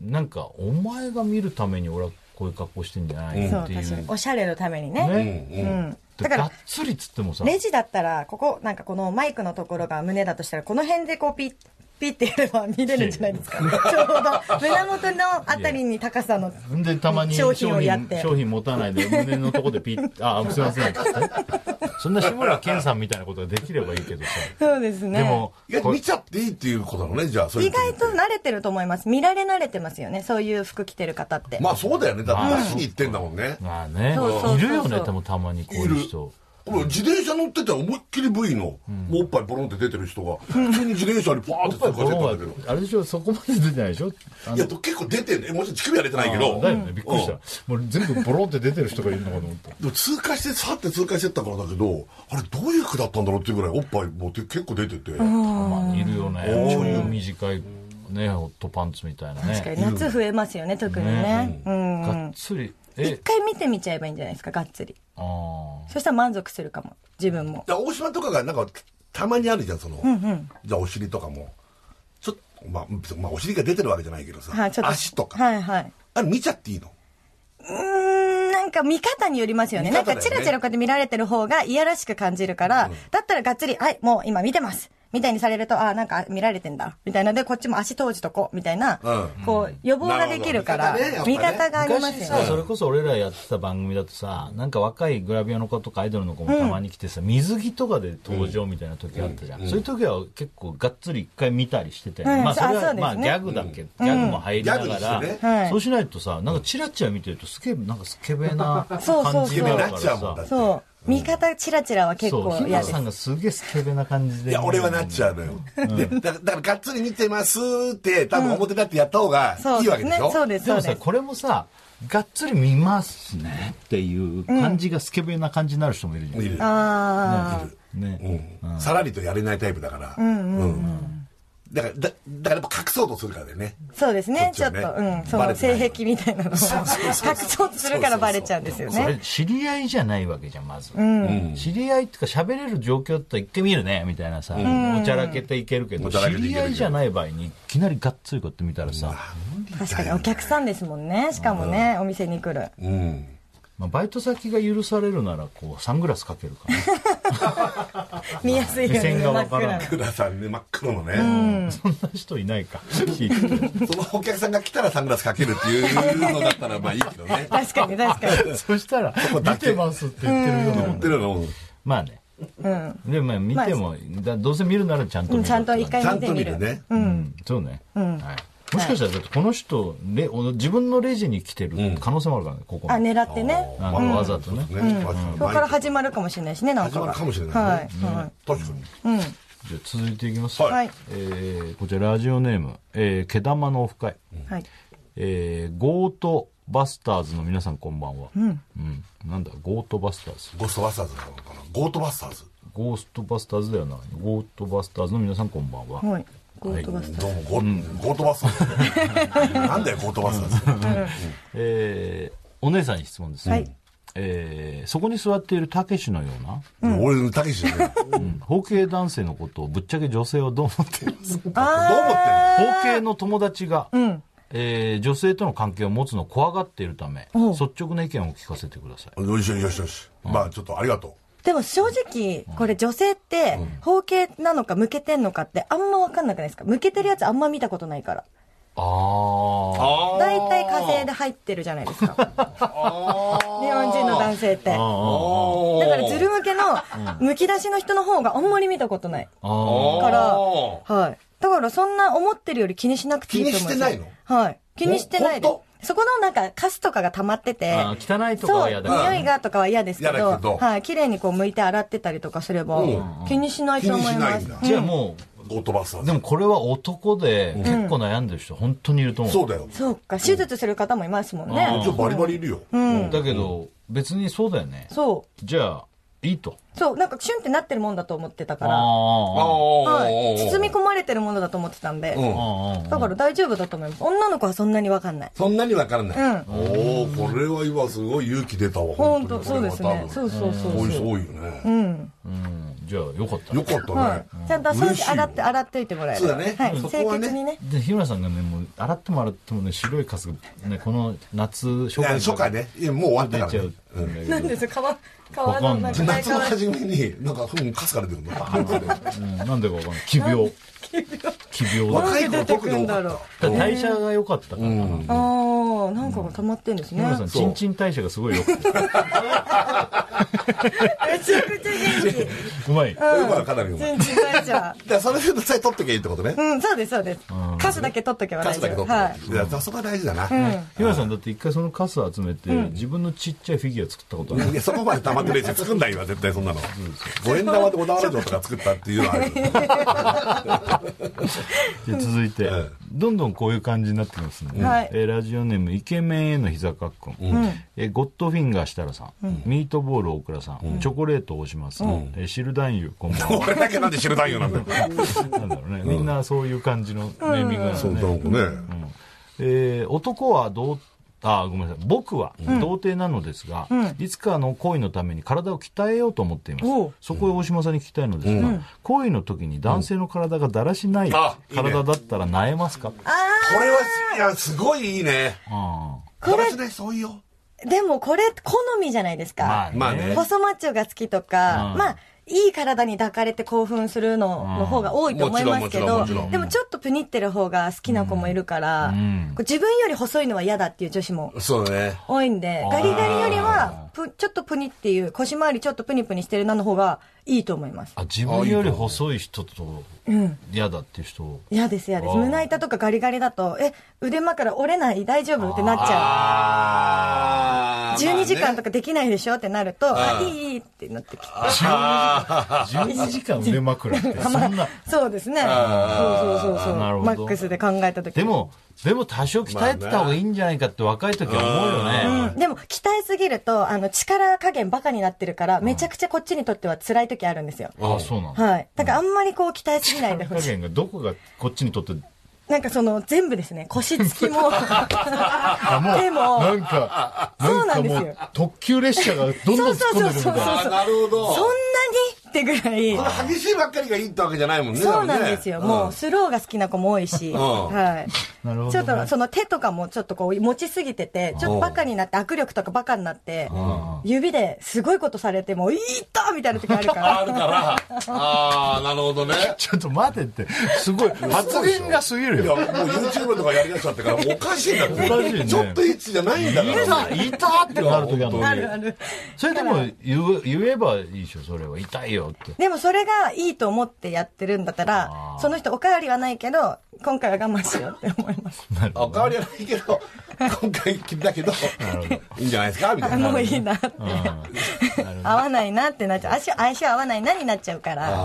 なんかお前が見るために俺はこういう格好してんじゃない
そう、
っていう、
確かに。おしゃれのためにね。
ね、
うん。
で
だか
がっ
ら、
つりっつってもさ
レジだったら、ここ、なんかこのマイクのところが胸だとしたら、この辺でこうピッ、ピッてやれば見れるんじゃないですか。ちょうど、胸元のあたりに高さの。
でたまに
商
商品
品を
商
やって
品持たないで胸のとこでピッあすいませんっつってそんな志村けんさんみたいなことができればいいけどさ、
そうですね。
でも
いや、
これ
見ちゃっていいっていうことなのね、じゃあ、そうい
意
うこと
外と慣れてると思います。見られ慣れてますよね。そういう服着てる方って。
まあそうだよね。だって出しに行ってんだもんね。
まあね
そうそうそうそう
いるよねでもたまにこういう人。
俺、自転車乗ってて思いっきり V の、おっぱいボロンって出てる人が、普通に自転車にパーンって突っかけてたんだけど。
あれでしょそこまで出てないでしょあの
いや、結構出てんね。もちろん乳首は出てないけど。
だよねびっくりした、
もう全部ボロンって出てる人がいるのかと思った
でも通過して、さって通過してったからだけど、あれどういう句だったんだろうっていうぐらいおっぱいもうて結構出てて。
たまにいるよねこういう短いねホットパンツみたいなね
確かに夏増えますよね、特にね。うん。
がっつり
一
え
回見てみちゃえばいいんじゃないですか、がっつり。
ああ
そしたら満足するかも。自分も。
だから大島とかがなんかたまにあるじゃんその、じゃあお尻とかもちょっと、まあ、まあお尻が出てるわけじゃないけどさ、
はい、ちょっと。
足とか、
はいはい。
あれ見ちゃっていいの
うーんなんか見方によりますよね。
見
なん
方だよ
か
ね
チラチラこうやって見られてる方がいやらしく感じるから、だったらがっつり、はい、もう今見てます。みたいにされると、ああ、なんか見られてんだ。みたいな。で、こっちも足投じとこう。みたいな、
うん
こう、予防ができるから、
なるほど
見
見方ね
方があります
昔
よ
さ
ね。
それこそ俺らやってた番組だとさなんか若いグラビアの子とかアイドルの子もたまに来てさ、水着とかで登場みたいな時あったじゃん、そういう時は結構がっつり一回見たりしてて、
うん
まあそれ
あそう
は
ですね
まあギャグだけ、ギャグも入りなが
ギャ
ら、
グです
ねはい
そうしないとさなんかチラチラ見てるとすげえなんかスケベな感
そうそうそう
じになるから
スケベになっちゃうもんだ
さ
って
そう。見方チラチラは結
そう
構
日
嫌
村
です
さ。んがすげえスケベな感じで
いや、俺はなっちゃうのよ。でだだから、がっつり見てますって、多分表立ってやった方が
そう
いいわ
で
け
す
で
ね
しょ。。
そうで
で
す、そう
も
です。
さこれもさがっつり見ますねっていう感じがスケベな感じになる人もいるじゃん、
いる
ああ、
ね、
うんさらりとやれないタイプだから。うんだから、だだからやっぱ隠そうとするからだよね。
そうですね。ち
こ
ょ
っ
っ
ち
と、
はね
うん、そ
バ
の
レてない
性癖みたいなのを、拡張するからバレちゃうんですよ
それ
ね。
知り合いじゃないわけじゃんまず、知り合いっていうか喋れる状況だったら一回見るねみたいなさ、おちゃらけていけるけど、
おちゃ
知
らけていける
り
けど
合いじゃない場合にいきなりがっつりこうやって見たらさ、
確かにお客さんですもんね。しかもね、お店に来る。
うん。
まあ、バイト先が許されるならこうサングラスかけるか
見やすいように
目線がわからない
真っ暗な
クラさんね、真っ黒のね。
なそんな人いないか聞いてて
そのお客さんが来たらサングラスかけるっていうのだったらまあいいけどね。
確かに確 かに。
そしたら「見てます」って言ってるようなも
思
ん
っ
だ
てるの。
まあね、でも見ても、だどうせ見るならちゃんと見
う
る
んちゃんと一
ち
回
ゃ
見
ん
て
と
み
見
る。
るね。
うん、そうね、はい、もしかしたらだってこの人レお自分のレジに来てる可能性もあるからねここ
あ、
に
狙ってね。
あのわざとね、
ね
そこから始まるかもしれないしね、なんか
始ま
が。
るかもしれないね
はい。はい
確かに。
じゃあ続いていきます、
はい
はい。
えーこちらラジオネーム、えー、毛玉のオフ会、
はい。
えーゴートバスターズの皆さんこんばんは、うんなんだゴートバスターズ
ゴーストバスターズなのかなゴートバスターズ。
ゴーストバスターズではないゴートバスターズの皆さんこんばんは、
はい。ゴートバスター
どうもゴ,、ゴートバスターズ。なんだよ、ゴートバスターズ。
えーお姉さんに質問です、
はい
えーそこに座っているたけしのような、
俺のたけしじゃねえ。
包茎男性のことをぶっちゃけ女性はどう思ってい ますか
どう思ってんの
包茎の友達が、えー女性との関係を持つのを怖がっているため率直な意見を聞かせてください
よしよしよしよし。まあちょっとありがと
でも正直、これ女性って、包茎なのか向けてんのかってあんまわかんなくないですか向けてるやつあんま見たことないから。
あー
大体火星で入ってるじゃないですか。 日本人の男性って。だからズル向けの、むき出しの人の方があんまり見たことない。
あー
から、はい。だからそんな思ってるより気にしなくていいと思う。
気にしてないの
はい。気にしてないで
ほほん
す。そこのなんか、カスとかが溜まってて。
あー汚いとかは嫌だ
そう
ね
匂いがとかは嫌ですけ
嫌だ
ど
けど
はい。綺麗にこう剥いて洗ってたりとかすれば、気にしないと思います。
気にしないんだ
じゃあも
う。ゴートバスター
う
ズ。
でもこれは男で結構悩んでる人本当にいると思う
そうだよ。
そうか。手術する方もいますもんね。
ちょバリバリいるよ。
だけど別にそうだよね
そ
じゃあいいと
う。そう。なんか、シュンってなってるもんだと思ってたから。
あ
はい、包み込まれてるものだと思ってたんで、
あ
だから大丈夫だと思います女の子はそんなに分かんない
そんなにわからない。
うん
おおこれは今すごい勇気出たわ。
本
本
当
当
そうですねそうそうそう
こういう
そ
人
う
多いよね。
じゃあよかった
よかったね。
はい、ちゃんと掃
嬉
除
しい
洗って洗っておいてもらえる
そうだね
はい、
そ
清
こはね
潔にね
で日村さんがねもう洗っても洗ってもね白いカスが、ね、この夏初
いや
夏
初回ね。いやもう終わった
出
か
ちゃ
ら
う
ね
ん。だけど
なんです川川
わ
の
かんない
中ない
夏の
川
初めに、なんか、うん、かすかれてるの。
うんなんでかわかんない奇病 奇病だだか
なん
若
で
い
出
頃
て
特
く
に
ん
多
だ
かっ
ろう
た。
ら代謝が良かったから、
あーなんかが溜まってんです
日
ね
村さん
そう
新陳代謝がすごい良かった
めちゃくちゃ元気
うまい
今はかなりうまい。
全然大 丈夫
だからそれでさえ取っとけばいいってことね。
うんそうですそうですカスだけ取っとけば
か
大
す
丈
だけ
夫
取っ
はい
とけばいい。いや、そこが大事だな。
日村さんだって一回そのカス集めて、自分のちっちゃいフィギュア作ったことある、
いやそこまで溜まってるやつ作んないわ絶対そんなの五円玉で小田原城とか作ったっていうのはあ るけど
じゃあ続いて、
うん
どんどんこういう感じになってきますね、
はい
えーラジオネームイケメンへのひざかっくん、えーゴッドフィンガー設楽さん、ミートボール大倉さん、チョコレート大島さん、えーシルダンユこんばん は
俺だけなんで知る単位なんだよ
なんだろうね、みんなそういう感じのネーミングなのね、
そうなんかね
えー男はどうあごめんなさい僕は童貞なのですが、いつかの行為のために体を鍛えようと思っています、
おう
そこへ大島さんに聞きたいのですが、行為の時に男性の体がだらしない
あいいね
体だったらなえますか、
これはいやすごいいいね
あ
これねそういうよ
でもこれ好みじゃないです
まあ
か。
ね
まあね
細マッチョが好きとか、
うん
まあ、いい体に抱かれて興奮するのの方が多いと思いますけ
も
ど、
ちろんもちろんもちろん
でもちょっとプニってる方が好きな子もいるから、
ん
こう自分より細いのは嫌だっていう女子も
そうだね。
多いんで、ガリガリよりは、ぷちょっとプニっていう、腰回りちょっとプニプニしてるなの方がいいと思います。
あ自分より細い人と嫌だっていう人
嫌です嫌です。胸板とかガリガリだと、え、腕枕折れない大丈夫ってなっちゃう。
あ
12時間と
か。
かできないでしょってなると、あいいいいってなってきて。
12時間腕枕って。
まあそうですね。そうそうそうそう。
なるほど
マックスで考えたとき
で、もでも多少鍛えてた方がいいんじゃないかって若い時は思うよね
うんでも、鍛えすぎると、あの、力加減バカになってるから、めちゃくちゃこっちにとっては辛い時あるんですよ。
あそうなんだ
はい。だからあんまりこう、鍛えすぎないでほ
加
しい。
減がどこがこっちにとって、
なんかその、全部ですね。腰つきも、手
な
も、
んか、
そうなんです
も
よ
う特急列車がどんどん突っ込んでくる
そうそうそう
み
そう
たい
あーなるほど。
そんなにってぐらい。
そんな激しいばっかりがいいってわけじゃないもんね。
そうなんですよ。
多分ね
もう、。スローが好きな子も多いし、
ん
はい。
なるほ
ち
ど
ょっと、その手とかもちょっとこう、持ちすぎてて、ちょっとバカになって、握力とかバカになって、指ですごいことされても、いったみたいな時あるか
あ
ら。
るから。
ああ、なるほどね。
ちょっと待ってって、すごい、発言がすぎ
い
る
や、
よ。
もう YouTube とかやりだしちゃってから、もうおかしいんだって。
おかしいね
ちょっといつじゃないんだから。
痛い痛ってなる時あるの
あ るある。
それでも言う言えばいいでしょそれは痛いよって
でもそれがいいと思ってやってるんだったら、その人おかわりはないけど、今回は我慢しようって思い ます。
あおかわりはないけど、今回だけど、いいんじゃないですかみた
あ
いな。
もういいなって。合わないなってなっちゃう。足、相性合わないなになっちゃうから。そう。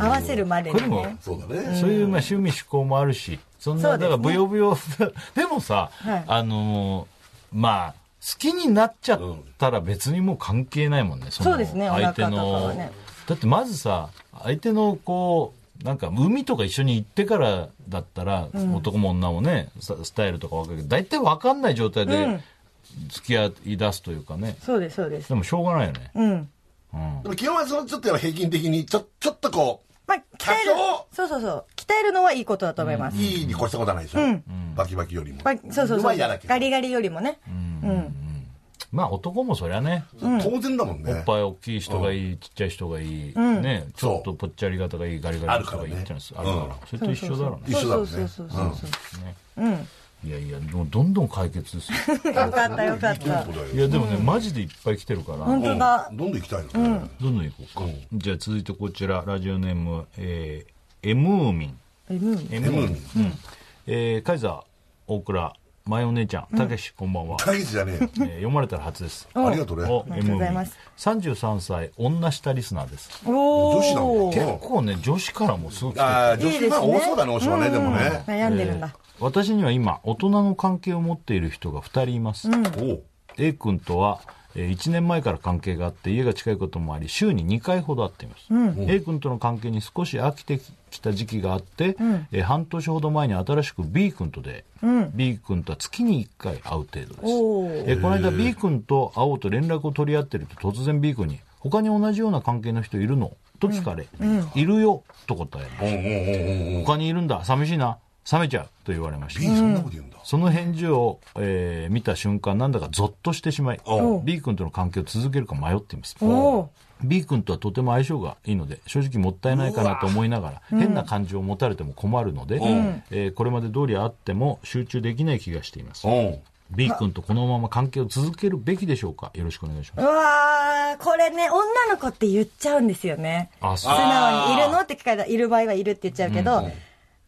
合わせるまで
これ
に
も
ね。
そうだね。
そういうまあ趣味趣向もあるしそんな
そう
だ
で
から
すね
ブヨブヨ でもさ
はい
あのーまあ好きになっちゃったら別にもう関係ないもんねの
そうですね
相手
お腹とかは
の
ね
だってまずさ相手のこうなんか海とか一緒に行ってからだったら男も女もねさスタイルとか分かるけど大体分かんない状態で付き合い出すというかね
そうです、そうです
で。もしょうがないよね
うん。
でも基本はそのちょっとやっぱ平均的に、ちょ、ちょっとこ
まあ、鍛える
多少。
そうそうそう。鍛えるのはいいことだと思いま
う、
す。
いいに越したことはないでしょ。バキバキよりも。
まあ、そうそう
ま
そ
あ
う。
嫌だけど
ガリガリよりもね。うん。
まあ男もそりゃね
当然だもん
おっ
ね。
ぱい大きい人がいい、ちっちゃい人がいい、ね、ちょっとぽっちゃり方がいい、ガリガリの人がいいってのはあるから、それと一緒だろうね。
一緒だもんね
そうそうそう
いやいや、もうどんどん解決ですよ。
そう。よかった、よかった。
いや、でもね、マジでいっぱい来てるから、
本
ど
当だ。
どんどん行きたいのね。
んどん行こうか。じゃあ続いてこちら、ラジオネーム、えー、エムーミン。
うん。
エ
エムーミン。
えー、カイザー、大倉、マヨお姉ちゃん、たけし、こん ばんは。
会議室じゃねえよ
えー読まれたら初です。
ありがとうね。
お、
あ
エ
りがとう
ム
ござい
ーミン
ます。
33歳、女下リスナーです。
お
女子なんだ
結構ね、女子からもすごく来てる
ああ、女
い
子
いですね
まあ多そうだね、おしはね、でもね。
悩んでるんだ。
私には今大人の関係を持っている人が2人います、
おう
A 君とは1年前から関係があって家が近いこともあり週に2回ほど会っています、A 君との関係に少し飽きてきた時期があって、えー半年ほど前に新しく B 君とで、B 君とは月に1回会う程度です
おー
えーこの間 B 君と会おうと連絡を取り合ってると突然 B 君に「他に同じような関係の人いるの?」と聞かれ「いるよ」と答え
うんうんうんうん。
他にいるんだ寂しいな冷めちゃう」と言われました
B そんなこと言うんだ。
その返事を、えー見た瞬間なんだかゾッとしてしまい
お
B 君との関係を続けるか迷っています
おー
B 君とはとても相性がいいので正直もったいないかなと思いながら変な感情を持たれても困るので、えーこれまで通りあっても集中できない気がしています
おう
B 君とこのまま関係を続けるべきでしょうかよろしくお願いしま
う
す
わー、これね、女の子って言っちゃうんですよね。
あ
素
そう
直に、いるのって聞かれたら、いる場合はいるって言っちゃうけど、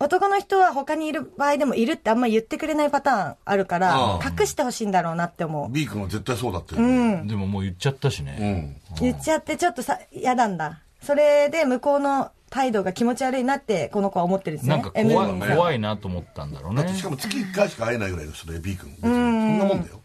男の人は他にいる場合でもいるってあんま言ってくれないパターンあるから、隠してほしいんだろうなって思う。
B 君は絶対そうだって。うん。
でももう言っちゃったしね、
言っちゃってちょっとさ、嫌なんだ。それで向こうの態度が気持ち悪いなって、この子は思ってるんですね。
なんか
M
怖い,、
にさん
怖いなと思ったんだろうね
しかも月1回しか会えないぐらいの人で B 君。別にそんなもんだよ。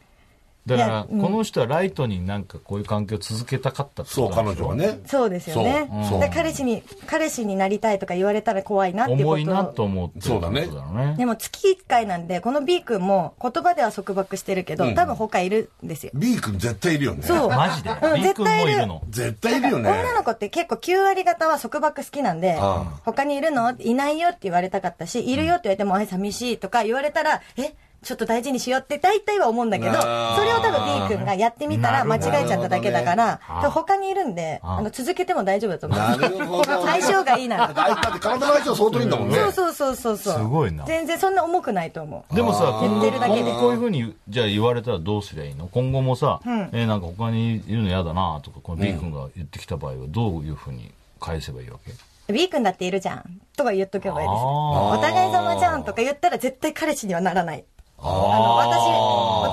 だからこの人はライトになんかこういう関係を続けたかったって
そ
こ
う、
とな
彼
んでし
女
ょ
はね。
そうですよね。
そうそう
だから彼氏に、彼氏になりたいとか言われたら怖いなっていうこと
重いなと思ってるってこと
そう
だろうね
でも月1回なんで、この B 君も言葉では束縛してるけど、多分他いるんですよ。
B 君絶対いるよね。
そう。
マジで
うん、
B
絶
君も
対
い
い
る
る。
の
絶対いるよね。
女の子って結構9割方は束縛好きなんで、他にいるのいないよって言われたかったし、いるよって言われても、あ、寂しいとか言われたら、えちょっと大事にしようって大体は思うんだけど、そ
あー
れを多分 D 君がやってみたら間違えちゃっただけだから、多分他にいるんで、あの、続けても大丈夫だと思う。
なるほど。
相性がいいなら。
だって体の相性相当いいんだもんね。
そうそうそうそうそう。
すごいな
全然そんな重くないと思う。
でもさ、
ー
今後
言ってるだけで
今後こういうふうに、じゃあ言われたらどうすりゃいいの今後もさ、えーなんか他に言うの嫌だなとか、この B 君が言ってきた場合は、どういうふうに返せばいいわけ、
B 君だっているじゃん。とか言っとけばいいで
あ
すね。
ー
お互い様じゃんとか言ったら絶対彼氏にはならない。あの、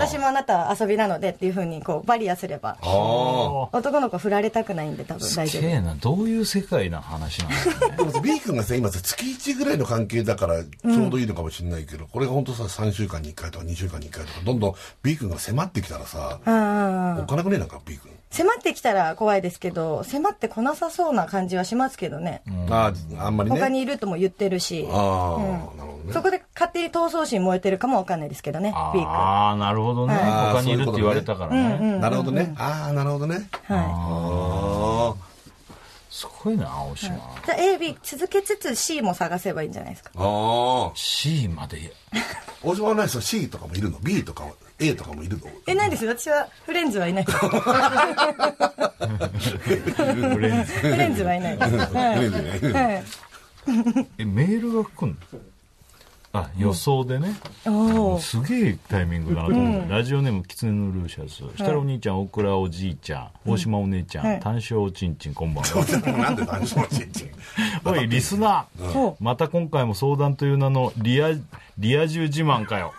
私、私もあなたは遊びなのでっていうふうにこうバリアすれば。男の子振られたくないんで多分大
す
丈
げ
夫。
えな、どういう世界な話なんだ
で
ろうね。
もさ B 君がさ今さ月1ぐらいの関係だからちょうどいいのかもしれないけど、これが本当さ3週間に1回とか2週間に1回とかどんどん B 君が迫ってきたらさ、
うんうんう
お
ん。
金くねえなんか B 君、
迫ってきたら怖いですけど、迫ってこなさそうな感じはしますけどね。
あああんまりね
他にいるとも言ってるし。
ああ、なるほどね
そこで勝手に闘争心燃えてるかもわかんないですけどね、B 君。は
ああ、なるほどね。
はい
他にいるって言われたからね。
なるほどねああなるほどね
い。
あ
すごいな、青島。
じゃあ A、B 続けつつ C も探せばいいんじゃないですか。
あ大
C まで。
島はないですよ C とかもいるの B とか A とかもいるの
え、ないですよ。私はフレンズはいないです。フレンズはいないです。はい
いるいる
はい。
え、メールが来んのあ、予想でね。
おお。
すげえタイミングだなと思った、ラジオネームキツネのルーシャス設楽お兄ちゃん大倉おじいちゃん大島お姉ちゃん、
はい
単勝おちんちんこんばんは
なんで男子のちんちん
おいリスナ
う
ー
ん
また今回も相談という名のリアリア充自慢かよ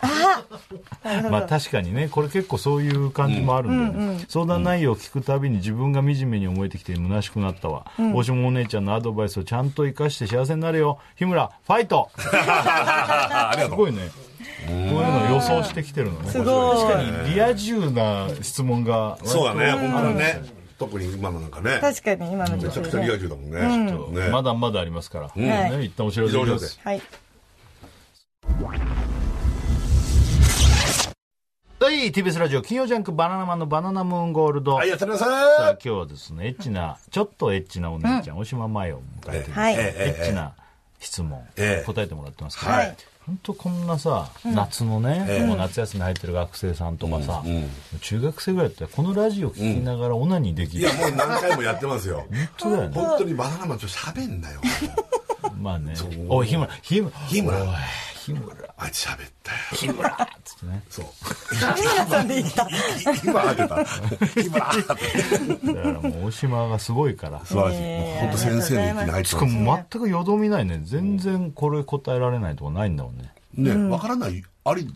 まあ確かにねこれ結構そういう感じもあるんだよね、相談内容を聞くたびに自分が惨めに思えてきて虚しくなったわ、大島お姉ちゃんのアドバイスをちゃんと生かして幸せになれよ日村ファイトすごいねこういうの予想してきてるのね
すごい。
リア充な質問が
そうだね本当だね特に今のなんかね
確かに今の
め
女
ち
性
ゃくちゃリア
ね。
充だもんね,、ね
まだまだありますから、
はい
ね、一旦お知らせで
以上
き
で
ますす
はい。
はい TBS ラジオ金曜ジャンク「バナナマンのバナナムーンゴールド」
はいやってなさ
さあ
い
今日はですねエッチなちょっとエッチなお姉ちゃん、大島麻衣を迎えて、
はい。
エッチな質問、
ええ
答えてもらってますけど、
はい
本当こんなさ、夏のね、もう夏休み入ってる学生さんとかさ、中学生ぐらいだったらこのラジオ聞きながらオナニーでき
い
る、
やもう何回もやってますよ
本当だよね
本当にバナナマンちょっと喋んなよ
まあねおい日村日村
日村
おい日村
あいつ喋ったよ
日村っつってね
そう
日村さんで言った。
今当てた今当て
だからもう大島がすごいから。
素晴らしいもう本当先生の域に入って
しかも全くよどみないね。全然これ答えられないとかないんだもんね。
ねわからないあり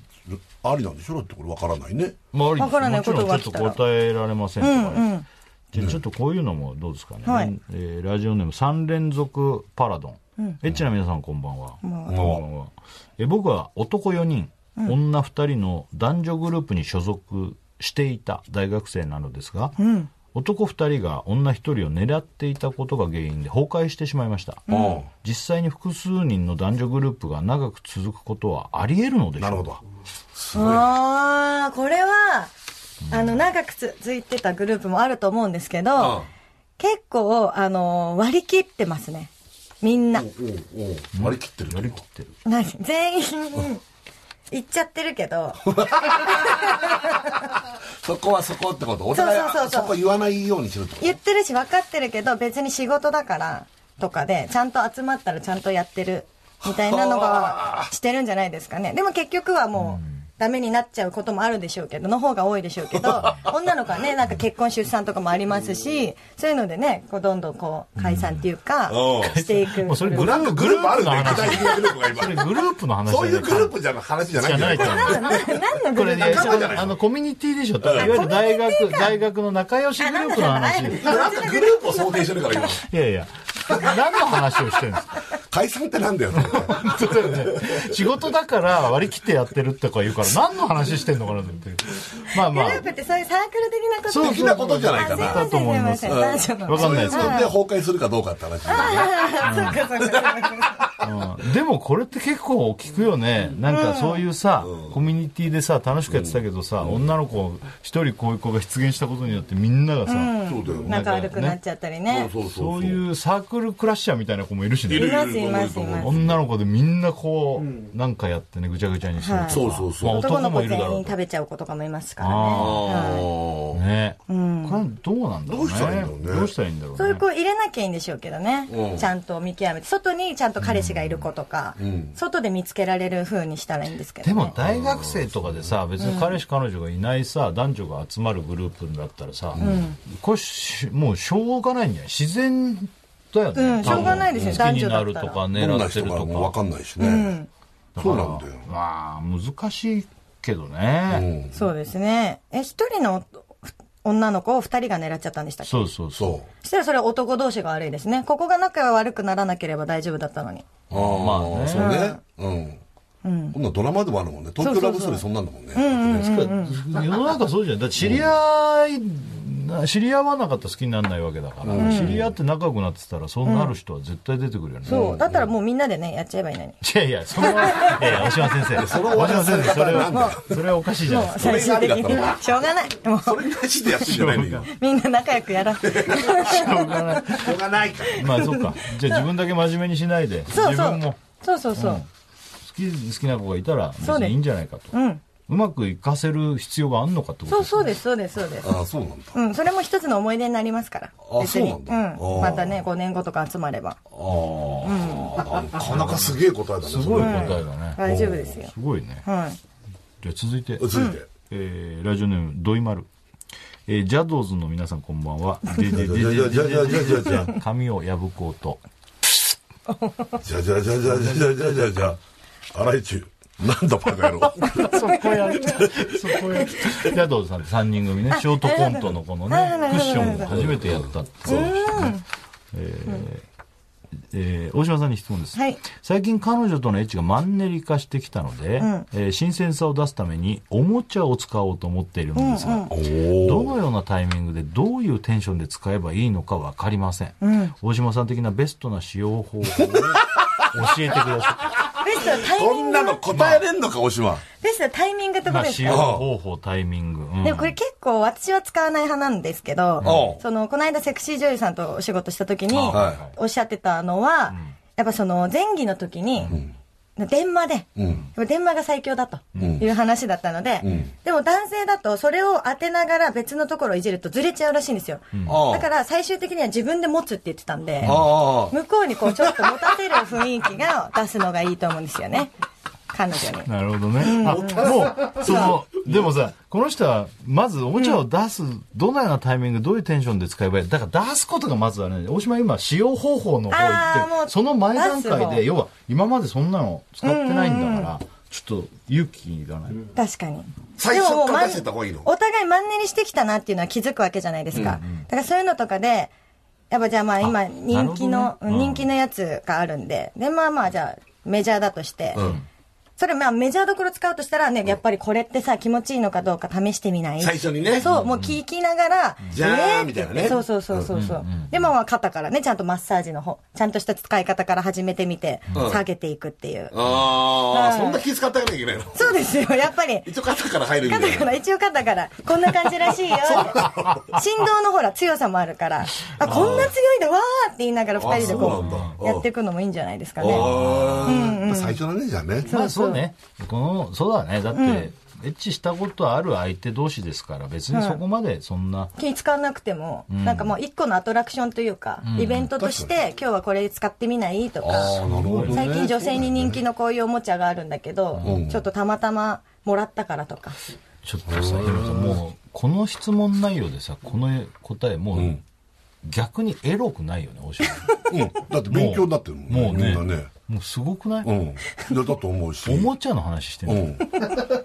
ありなんでしょだってこれわからないね
まあ、あり
わからない
もちろん
ことが
ちょっ
来
たと
ら
答えられませんとかね。じゃあちょっとこういうのもどうですかね。
はい
えーラジオネーム3連続パラドン。エッチな皆さんこんばんは。こんばんは。え僕は男4人、女2人の男女グループに所属していた大学生なのですが、男2人が女1人を狙っていたことが原因で崩壊してしまいました。
うん
実際に複数人の男女グループが長く続くことはあり得るのでしょう
な
か
るほど
ああ、これは、あの、長く続いてたグループもあると思うんですけど、結構、あの、割り切ってますね。みんな。
おうおう割り切ってる割り切ってる
何全員、行っちゃってるけど、
そこはそこってことお互い
そうそうそうそう
そこ言わないようにしろってこ
言ってるし分かってるけど別に仕事だからとかでちゃんと集まったらちゃんとやってるみたいなのがしてるんじゃないですかねでも結局はもうダメになっちゃうこともあるでしょうけどの方が多いでしょう けど女の子はねなんか結婚出産とかもありますしそういうのでねこうどんどんこう解散っていうか
うん
していく
もうそれ
と
グル
なんかグループあるんだよ
グルー
具
プの
体的なグループが
そ
今
れグループの話
そういうグルー
プ
プじゃの話じゃな
じ
い
ゃ
ん
な
だ
いと
よ
思う
な何の
こ
グ
れ
ループ
ね
仲間じゃない
あのコミュニティでしょいわゆる大学大学の仲良しグループの話
あなんだな
なん
い
んだ
かグループを想定してるから今
やいや何の話をしてるんですか
解散ってなんだよと思って
そうだよね仕事だから割り切ってやってるとか言うから何の話してんのかなと思ってまあま
グループってそういうサークル的なこと
そう
的なことじゃないかな
あすいませんすいません男女の
わか
そ
ん
う
ない
い
で
う
す
ので崩壊するかどうかって話だよね
あーそうかそうかそうか
うんでもこれって結構聞くよね、なんかそういうさ、コミュニティでさ楽しくやってたけどさ、女の子一人こういう子が出現したことによってみんながさ、
そうだよね。
仲悪くなっちゃったりね
そうそうそう。
そういうサークルクラッシャーみたいな子もいるしね
いる
いますいますいます
女の子でみんなこう、なんかやってねぐちゃぐちゃにするとか、
そうそうそう
まあ、
男
男
の
も
子
いるだ
全
ろう
員
けど
食べちゃう子とかもいますからね、
あ
はい
ー
ね、これどうなんだろ
ど
うね
うしたらいいんだろうね
どうしたらいいんだろうね
そういう子入れなきゃいいんでしょうけどね、
うん
ちゃんと見極めて外にちゃんと彼氏がいる子とか、外で見つけられる風にしたらいいんですけど、
で
ね、
も大学生とかでさ別に彼氏彼女がいないさ男女が集まるグループだったらさ、これしもうしょうがないんじゃない自然だよね、
う
多
ん
分
しょうがないですよ
好
男
きに
女だ
な
っ
る
た
と
ら
か
どんな
狙って
人
る
か
と
もわ
か
かんないしね。そうなんだよ。
まあ難しいけどね、
そうですねえ一人の女の子を二人が狙っちゃったんでしたっけ
そうそうそう
そ
そしたらそれは男同士が悪いですねここが仲が悪くならなければ大丈夫だったのに
う。ああ、
まあね
そうね。うん。こんなドラマでもあるもんね。東京ラブストーリーそんなんだもんね。
世の中そうじゃんだって知り合いな知り合わなかったら好きにならないわけだから、知り合って仲良くなってたらそうなる人は絶対出てくるよね、
そうだったらもうみんなでねやっちゃえばいいのに
いやいや、それは、いやいや、大島先生。
その終わらせ
大島先生それ
方なんだよ
は、それはおかしいじゃない
も
で
う
すか。
最終的
それがあ
にしょうがないもう
それなしでやってんじゃないのよ。
みんな仲良くやらせて
しょうがないから。
まあ、そうか。じゃあ自分だけ真面目にしないで、自
そうそ
分
う
も
そうそうそう、
好き、好きな子がいたら、別
そうで
に
す
いいんじゃないかと。
ん
うまくいかせる必要があるのかってこと
そう
です
そうですそうですそうです
ああ、そうなんだ。
うん、それも一つの思い出になりますから。
あ
別に
そうなんだあー
ん。またね、5年後とか集まれば。
ああ、なかなかすげえ答えだね。
すごい答えだね。
大丈夫ですよ。
すごいね。
はい。
じゃあ続いて。
続いて。
えーラジオネーム、ドイマル。えージャドーズの皆さんこんばん は。ででで
じゃ
で
じゃじゃじゃじゃじゃじゃ
髪を破こうと。
じゃじゃじゃじゃじゃじゃじゃじゃじゃ荒井中。なんだバカ 野郎。
そこやる。そこやる。ジャドーズさんって3人組ね、ショートコントのこのね
あな
ク
る、ほど
ッションを初めてやったっていうえーえー大島さんに質問です、
はい
最近彼女とのエッチがマンネリ化してきたので、えー新鮮さを出すためにおもちゃを使おうと思っているのですが、
お
ど
お。
のようなタイミングでどういうテンションで使えばいいのか分かりません、大島さん的なベストな使用方法を教 えてくださ
ベストはタイ
こ
ミン
ん
グ
な、の答えれんのか、おしま。
ベストはタイミングって
い、
こ
ま
と
あ、
です
使用
か
方法タイミング、うん
でもこれ結構私は使わない派なんですけど
う、ん
その、この間セクシー女優さんとお仕事した時に
はい、
おっしゃってたのは、やっぱその前儀の時に、電話で、
うん。
でも電話が最強だという話だったので、でも男性だとそれを当てながら別のところをいじるとずれちゃうらしいんですよ、
ああ
だから最終的には自分で持つって言ってたんで
ああ。
向こうにこうちょっと持たせる雰囲気が出すのがいいと思うんですよね彼 女に
なるほどね。あもう、その、でもさ、この人は、まずおもちゃを出す、どのようなタイミング、どういうテンションで使えばいいだから出すことがまずあれね、大島今、使用方法の方
あー
行
も
って、
う
その前段
出す
階
方
で、要は、今までそんなの使ってないんだから、ちょっと勇気いらない。
確かに
最初
でももう
から出してた方がいいの
お互いマンネリしてきたなっていうのは気づくわけじゃないですか、だからそういうのとかでやっぱじゃあまあ
あ
今人気
なる
の、
ほどねうん
人気のやつがあるんででまあまあじゃあメジャーだとして、それまあメジャーどころ使うとしたらねやっぱりこれってさ気持ちいいのかどうか試してみない
最初にね
そうもう聞きながら、
じゃあ
えーって
みたいなね
そうそうそうそうそう,、でまあまあ肩からねちゃんとマッサージの方ちゃんとした使い方から始めてみて、下げていくっていう
ああ、
はい
そんな気遣ってあげなきゃいけないの。
そうですよやっぱり
一応肩から入るみた
肩
い
か
な
ら。一応肩からこんな感じらしいよ 振動のほら強さもあるからあこんな強いんだわーって言いながら二人で
あそう
こ
なんだ
うやっていくのもいいんじゃないですかね
ああ。最初だね、じゃあね。
まあそうね。この、そうだね。だって、エッチしたことある相手同士ですから、別にそこまでそんな、
気使わなくても、なんかもう一個のアトラクションというか、イベントとして今日はこれ使ってみないとか
ああ、なるほどね。
最近女性に人気のこういうおもちゃがあるんだけど、ちょっとたまたまもらったからとか
ちょっとさ、ヒロさん、もう、この質問内容でさ、この答え、もう、逆にエロくないよね、おしゃ
うん。だって 勉強になってるもん
もう
み
ね
んなね。
もうすごくない、
うん。だと思うし。
おもちゃの話して
う
る、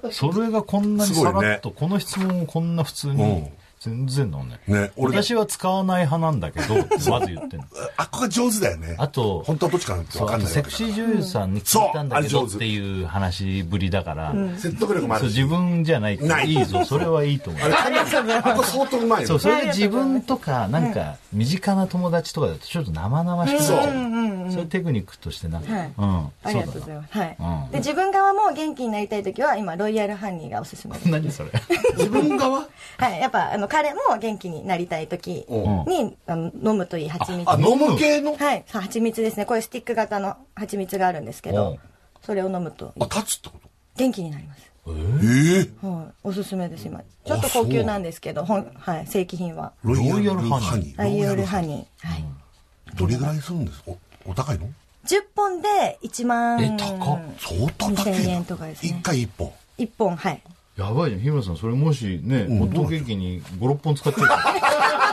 ん。
それがこんなに
すごい
さ
ね
らっと、この質問をこんな普通
う
に
ん
全然なんない。
ね俺だ
私は使わない派なんだけど、ってまず 言ってんの。
あっこが上手だよね。
あと
本当はどっちかなんてわ
そう
か
あ
ん
と
ないわけ
セク
だ
シ
か
ー
ら。
女優さんに聞いたんだけどっていう話ぶりだから、
説得力もあ
そう
るし。
自分じゃないって
ない
いいぞ、それはいいと思う
あ。れ、かなり、あっこ相当うまいよ。
そう、それで自分とか、なんか、身近な友達とかだと、ちょっと生々しくなっちゃう。そういうテクニックとしてな。
はい
うん。
ありがとうござい
ま
ます。はい
うん。
で、自分側も元気になりたいときは、今、ロイヤルハニーがおすすめです。
す。何それ。
自分側
はい。やっぱ、あの、彼も元気になりたいときに、あの飲むといい蜂蜜。
あ、飲む系の
はい。さ蜂蜜ですね。こういうスティック型の蜂蜜があるんですけ
うん
ど、それを飲むといい
あ、立つってこと
元気になります。
ええ。
はい。おすすめです、今。ちょっと高級なんですけど、ほんはい。正規品は。
ロ
イヤルハニ
ロイヤルハ
ニ
ニー。はい。
ー。どれぐらいするんですお、お高いの
10本で1万。
え高っ
相当高いな。
2000円とかですね
一回一本。
1本、はい。
やばいじゃん、日村さん、それもしね、ホットケーキに5、6本使っちゃうか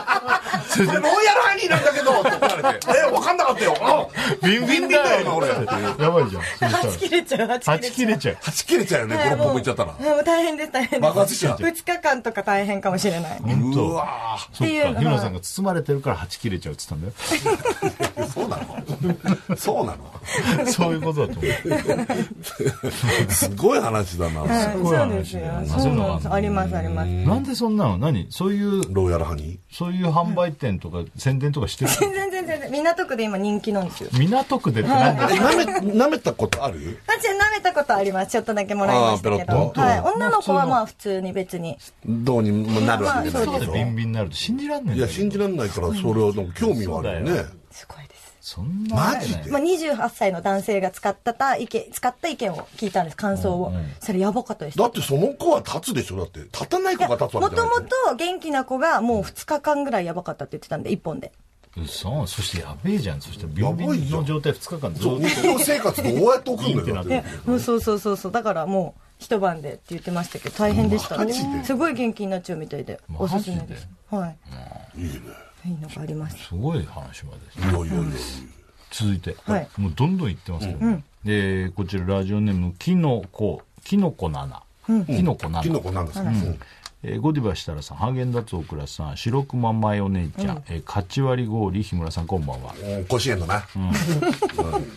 これロイヤルハニーなんだけどって言わ れて。え、わかんなかったよ。あ、
ら。 ビンビンだよ、
俺。
やばいじゃん。そしたら
8切れちゃう、8
8
切れち
切れちゃ
ゃう。
う。
はち切れちゃうよね、
はい
5、6本もいっちゃったら
も。うもう大変です、大変です。
爆発しちゃう
2日間とか大変かもしれない。
本
う
当。
わ
そっ
っていうの
か、
が
日村さんが包まれてるから8切れちゃうって言ったん
ぁ そうなのそうなの
だよ。そういうことだと思う。
すごい話だな。
はい
ごい
そう
話
ですよ
だな。
そうなんです。
そう
あ
い
ります、あります。
なんでそんなの何そういう、
ロイヤルハニ
そういう販売店とか宣伝とかしてる
全然全然全然。港区で今人気なんですよ。
港区でって何
ー。え舐め、舐めたことある
あ、ちょ、舐めたことあります。ちょっとだけもらいましたけ
あー
ど。
ペロッと
はい。女の子はまあ普通に別に。
どうにもなるわけじゃない
そ
け
うで
ど。
ビンビンになると信じらんねえん
い
だ
や、
けど
信じられないから、それはでも興味はあるよ
そう
ね
だ。
すごいです。
そんな
マジで
まあ28歳の男性が使ったた意見、使った意見を聞いたんです、感想を。それやばかったです。
だってその子は立つでしょだって。立たない子が立つわ
も
けじゃ
と
ない
もと元気な子がもう2日間ぐらいやばかったって言ってたんで、1本で。
嘘そしてやべえじゃんそしてビンビンの状態2日間ずっ
そう、
と
日常生活どうやって送るのよ。だって
いいっ
ね、もうそうそうそうそうだからもう一晩でって言ってましたけど大変でした
マジです
ごい元気になっちゃうみたいで
マジで
おすすめですはいいいねいいのがあります
すごい話まで
いやいやいやいや。
続いて、
はい
もうどんどんいってますけど、でこちらラジオネームきのこきのこ7きのこ
キノ
7
コなんですかうん
えーゴディバ設楽さんハーゲンダッツ大倉さん白熊マヨ姉ちゃん、えーカチワリ氷日村さんこんばんは
うん甲子園のな。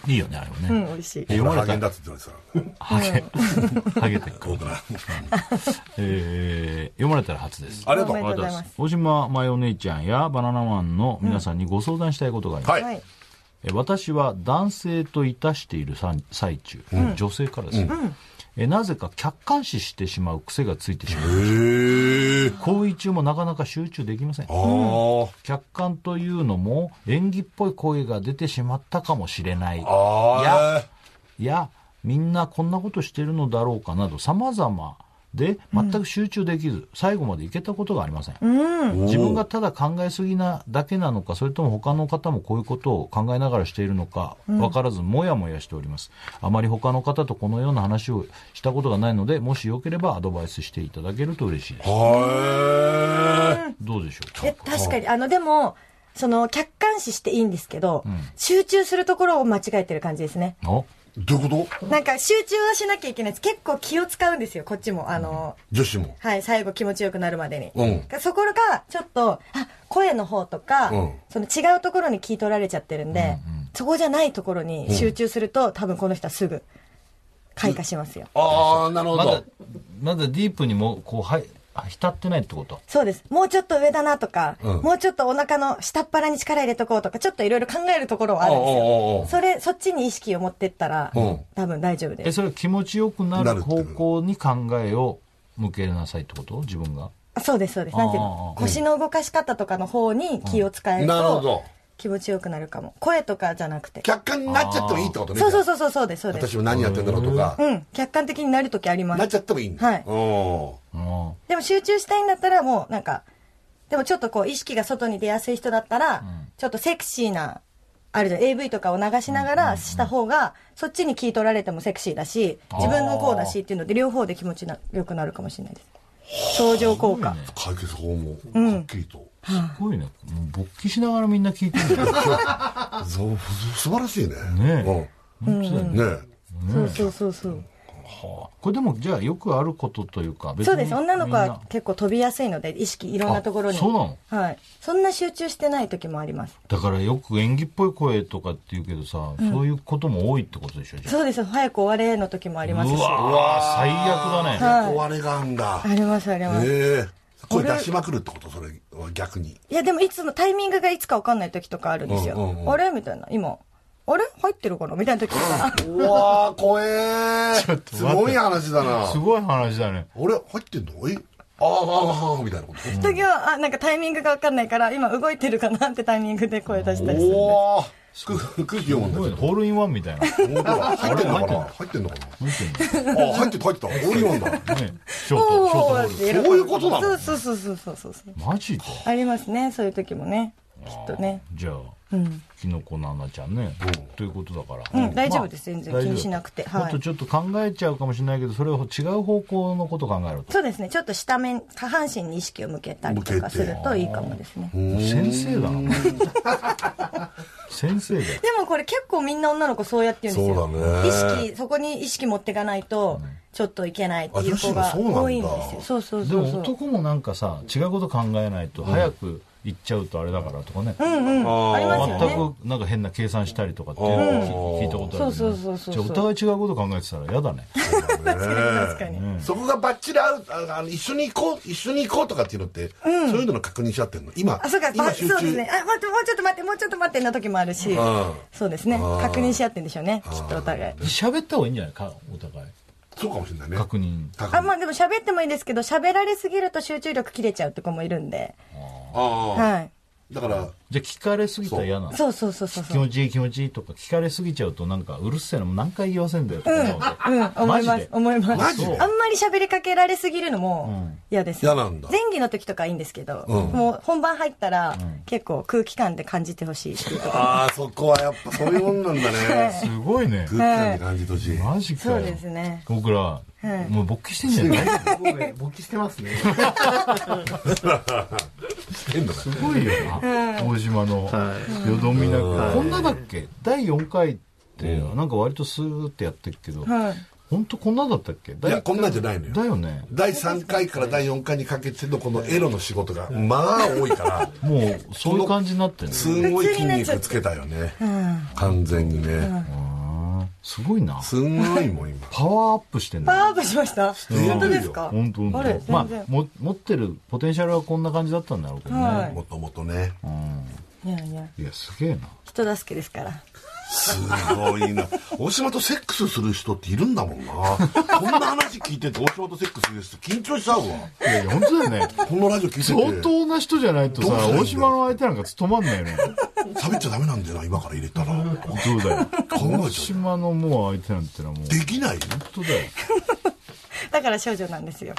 いいよねあれもね、
うん美味しい
え、読まれたんだって言ってたから。
ハゲハゲ てっか
僕ら。
えー読まれたら初です
ありがと
お
う
め。でとうございます
大島マヨ姉ちゃんやバナナマンの皆さんにご相談したいことがあります、
は
はいい。
え私は男性といたしているさん最中、女性からですね、えなぜか客観視してしまう癖がついてしまう
へえ。
行為中もなかなか集中できません
あー
客観というのも演技っぽい声が出てしまったかもしれない
あ
いやみんなこんなことしてるのだろうかなど様々で全く集中できず、最後までいけたことがありません、
ー。
自分がただ考えすぎなだけなのかそれとも他の方もこういうことを考えながらしているのか分からずもやもやしております、あまり他の方とこのような話をしたことがないのでもしよければアドバイスしていただけると嬉しいです
は
どうでしょう
で確かにあのでもその客観視していいんですけど、集中するところを間違えてる感じですね
お
い。どういうこと
なんか集中はしなきゃいけないです結構気を使うんですよこっちもあの、
女子も。
はい、最後気持ちよくなるまでに。
うん
だからそこが、ちょっと、あ、声の方とか、
うん
その違うところに聞い取られちゃってるんで、そこじゃないところに集中すると、多分この人はすぐ、開花しますよ。
ああ、なるほ
まだ
ど。
まだディープにもこうはいあ浸ってないってこと
そうです。もうちょっと上だなとか、
うん
もうちょっとお腹の下っ腹に力入れとこうとか、ちょっといろいろ考えるところはあるんですよ。
あ
それ、そっちに意識を持ってったら、
うん
多分大丈夫で
え
す。
それは気持ちよくな
な
る
るってい
方
う
向に考えを向けなさいってこと自分が
あそうです、そうです。なんていうの
あー
腰の動かし方とかの方に気を使え
あ。
る
なるほ
と
ど。、
気持ちよくなるかも。声とかじゃなくて。
客観になっちゃってもいいってことね。
そうそう
じゃ
そうそうそうです、そう
あ
です。
私も何やってんだろうとか。
うん、客観的になるときありま
なっ
す。
ちゃってもいいんだ。
はい
うん。
うん
でも集中したいんだったらもうなんか、でもちょっとこう意識が外に出やすい人だったら、ちょっとセクシーな、あるじゃん、AV とかを流しながらした方が、そっちに聞い取られてもセクシーだし、自分もこうだしっていうので、両方で気持ちな良くなるかもしれないです。相乗効果。
解決法も、はっきりと。
すごいね。もう勃起しながらみんな聞いて るんだよ。
そう素晴らしいね。
ねえ
うん。ねえ。
そうそうそうそう。
はあこれでもじゃあよくあることというか別
そうです女の子
みん
は
な
結構飛びやすいので意識いろんなところに
あそうなの
はい、そんな集中してない時もあります
だからよく演技っぽい声とかって言うけどさ、そういうことも多いってことでしょじゃ
そうです早く終われの時もあり
あ
ますし
うわ最悪だね、
はい
壊れがあんだ
あ。りますあります、
ええ。声出しまくるってことそれは逆に。
いやでもいつもタイミングがいつか分かんない時とかあるんですよ、
うんうんうん
あれみたいな今あれ入ってるかなみたいな時とか
うわー、怖え
ち
ー。
ょっと待って
すごい話だな
す。ごい話だね
俺、入ってんのえあーあー、あーみたいなこと。
時はあなんかタイミングが分かんないから今動いてるかなってタイミングで声出したりするんで
おー。く空気読むん
す
だ
ごいね
け
ホールインワンみたいなね
ど。本当だ入ってんのかな入ってんのかなあー、入ってる、入ってた。オリオンだ。
ショートショートホ
お
ー
ー
ル
って喜ぶ
そういうことなの
そうそうそうそうそうそう
マジで
ありますねそういう時もねきっとね
じゃあ、きのこななちゃんね、ということだから、
うん大丈夫です全然
大丈夫
気にしなくて
も
は
っ
い
とちょっと考えちゃうかもしれないけどそれを違う方向のことを考えろと
そうですねちょっと下面下半身に意識を向けたりとかするといいかもですねで
先生だな 先生だよ
もこれ結構みんな女の子そうやって言うんですよ
そうだね
意識そこに意識持っていかないとちょっといけないって
あ
いう
女子
子
も
が
そうなんだ
多いんですよそうそう
で
そう
も
そう
男もなんかさ違うこと考えないと早く行っちゃうとあれだからとかね、
うんうんありますよね
全くなんか変な計算したりとかっていうのを聞聞いたことあるけ
そ
ど
うそうそうそう
じゃあお互い違うこと考えてたら嫌 だね
確かに
そこがバッチリ合うああの一緒に行こう一緒に行こうとかっていうのって、そういうのの確認し合ってるの今
あそうか
今
ばそうですねあ待ってもうちょっと待ってもうちょっと待っての時もあるし
ん
そうですね確認し合ってんでしょうねきっとお互い
喋った方がいいんじゃないかお互い
そうかもしれないね
確認
確
あまあでも喋ってもいいんですけど喋られすぎると集中力切れちゃうとかもいるんで
ああ
はい
だから
じゃあ聞かれすぎたら嫌なの
そうそうそうそう
気
そう
持ちいい気持ちいいとか聞かれすぎちゃうとなんかうるせえの何回言わせんだよとか思うと
うん、思
マ
いま
ジ
す
で、
思います。
マジで
あんまり喋りかけられすぎるのも嫌です。
嫌なんだ
前儀の時とかいいんですけど、
うん
もう本番入ったら、結構空気感で感じてほしいっていうか。
ああそこはやっぱそういうもんなんだね
すごいね
グッ感って感じとしい
マジか
そ
よ
うですね。
僕ら、もう勃起してんじゃない
勃起してますね。
してんのか
すごいよな大島のよどみなくこんなだっけ第4回ってなんか割とスーってやってるけど
はい。
本当こんなだったっけ
い
だ
やこんなんじゃないのよ
だよね
第3回から第4回にかけてのこのエロの仕事がまあ多い から
もうそういう感じになってる
すんごい筋肉つけたよね完全にね
すごいな
すんごいもん今
パワーアップしてん
パワー
だ
アップしました
るよ
本当ですか
本当
あれ、全然。
まあも持ってるポテンシャルはこんな感じだったんだろうけどね
は
もともとね
い。いやいや、
いやすげえな
人助けですから。
すごいな大島とセックスする人っているんだもんなこんな話聞いてて大島とセックスする人緊張しちゃうわ
いやいや本当だよね
このラジオ聞いてて
相当な人じゃないとさ
どうしたらいいんだよ
大島の相手なんか務まんないよね
喋っちゃダメなんだよな今から入れたら
そうだよ
考
大
えちゃ
島のもう相手なんてのはもう
うできない
本当だよ
だから少女なんですよ。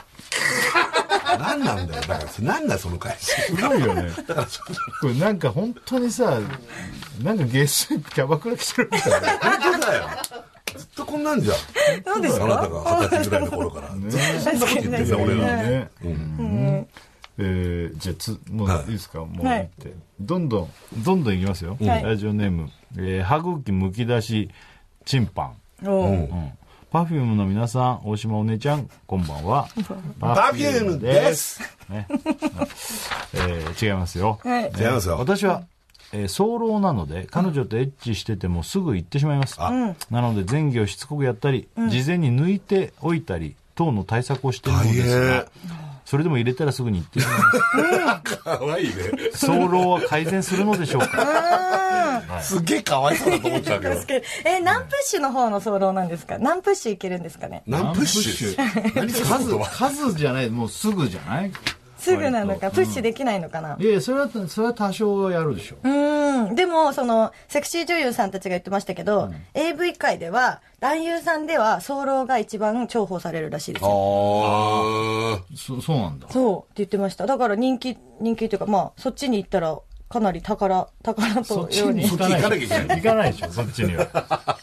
何なんだよだから何だよその会社
すごいよね。これなんか本当にさ、なんかゲスキャバクラ来てるみたいな。
本当だよずっとこんなんじゃん
そうです
あなた
か
が二十歳ぐらいの頃からずっとそんなこと言ってんだよ俺ら
ね。うんえーじゃあつ、もういいですか、もう
は
行っ
い
て。どんどん、どんどんいきますよ。
はい
ラジオネーム、えー歯茎むき出し、チンパン。
おう
パフュームの皆さん、大島お姉ちゃん、こんばんは。
バビュームで。す
ね、えー違いますよ。
はい。
違いますよ
私は、えー、早漏なので彼女とエッチしててもすぐ行ってしまいます、なので前戯をしつこくやったり、事前に抜いておいたり等の対策をしているのです
大
が
変
それでも入れたらすぐに行ってしまい
かわいいね
ます早漏は改善するのでしょうか
すげえかわいそうだと思っちゃうけど
助けるえ、何プッシュの方の走路なんですか何プッシュいけるんですかね
何プッシュ何その言葉
数じゃないもうすぐじゃない
すぐなのか、プッシュできないのかな、
いやいやそれはそれは多少やるでしょ
うーん。でも、その、セクシー女優さんたちが言ってましたけど、AV 界では、男優さんでは、早漏が一番重宝されるらしいですよ。
ああ
そそうなんだ
そうって言ってました。だから人気、人気というか、まあ、そっちに行ったら、かなり宝、宝
そっ
と
ち
よう
に
に。
行かな
そっ
い
ち行かなきゃいけない
行かないでしょそっちには